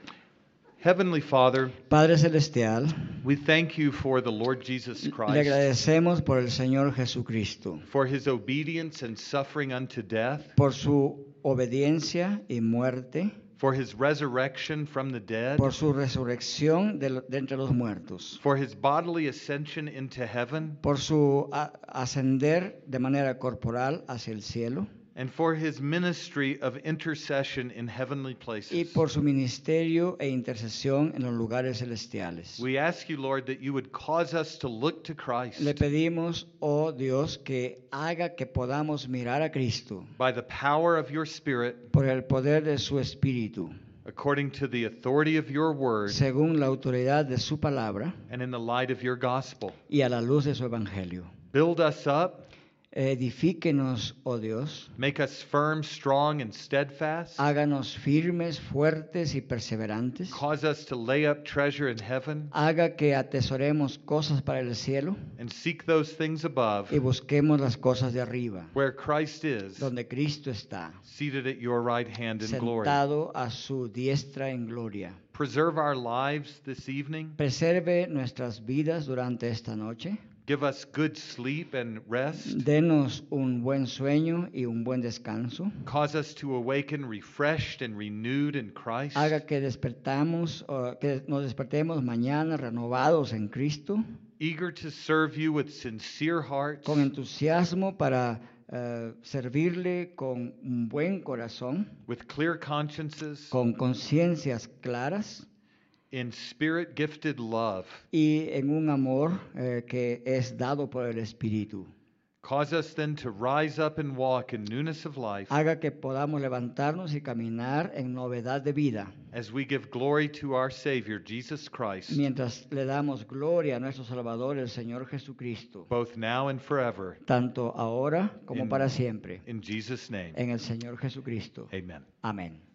Heavenly Father,
Padre Celestial,
we thank you for the Lord Jesus
le
Christ,
agradecemos por el Señor Jesucristo,
for his obedience and suffering unto death,
por su obediencia y muerte,
for his resurrection from the dead,
por su resurrección de, lo- de entre los muertos,
for his bodily ascension into heaven,
por su a- ascender de manera corporal hacia el cielo
and for his ministry of intercession in heavenly
y
places.
por su ministerio e intercesión en los lugares celestiales.
We ask you, Lord, that you would cause us to look to Christ
Le pedimos, oh Dios, que haga que podamos mirar a Cristo
by the power of your Spirit,
por el poder de su Espíritu,
according to the authority of your word,
según la autoridad de su palabra
and in the light of your gospel.
y a la luz de su Evangelio.
Build us up,
Edifíquenos, oh Dios,
make us firm, strong, and steadfast.
háganos firmes, fuertes y perseverantes.
Cause us to lay up treasure in heaven
Haga que atesoremos cosas para el cielo
and seek those things above
y busquemos las cosas de arriba,
where Christ is,
donde Cristo está,
seated at your right hand in glory.
sentado a su diestra en gloria.
Preserve our lives this evening.
Preserve nuestras vidas durante esta noche.
Give us good sleep and rest.
Denos un buen sueño y un buen descanso.
Cause us to awaken refreshed and renewed in Christ.
Haga que despertamos, o que nos despertemos mañana renovados en Cristo,
Eager to serve you with sincere hearts,
con entusiasmo para eh, servirle con un buen corazón,
with clear consciences,
con conciencias claras
in spirit gifted love.
y en un amor eh, que es dado por el Espíritu.
Cause us then to rise up and walk in newness of life
Haga que podamos levantarnos y caminar en novedad de vida,
as we give glory to our Savior, Jesus Christ.
mientras le damos gloria a nuestro Salvador, el Señor Jesucristo,
both now and forever.
tanto ahora como
In-
para siempre,
In Jesus' name,
en el Señor Jesucristo.
amen.
Amén.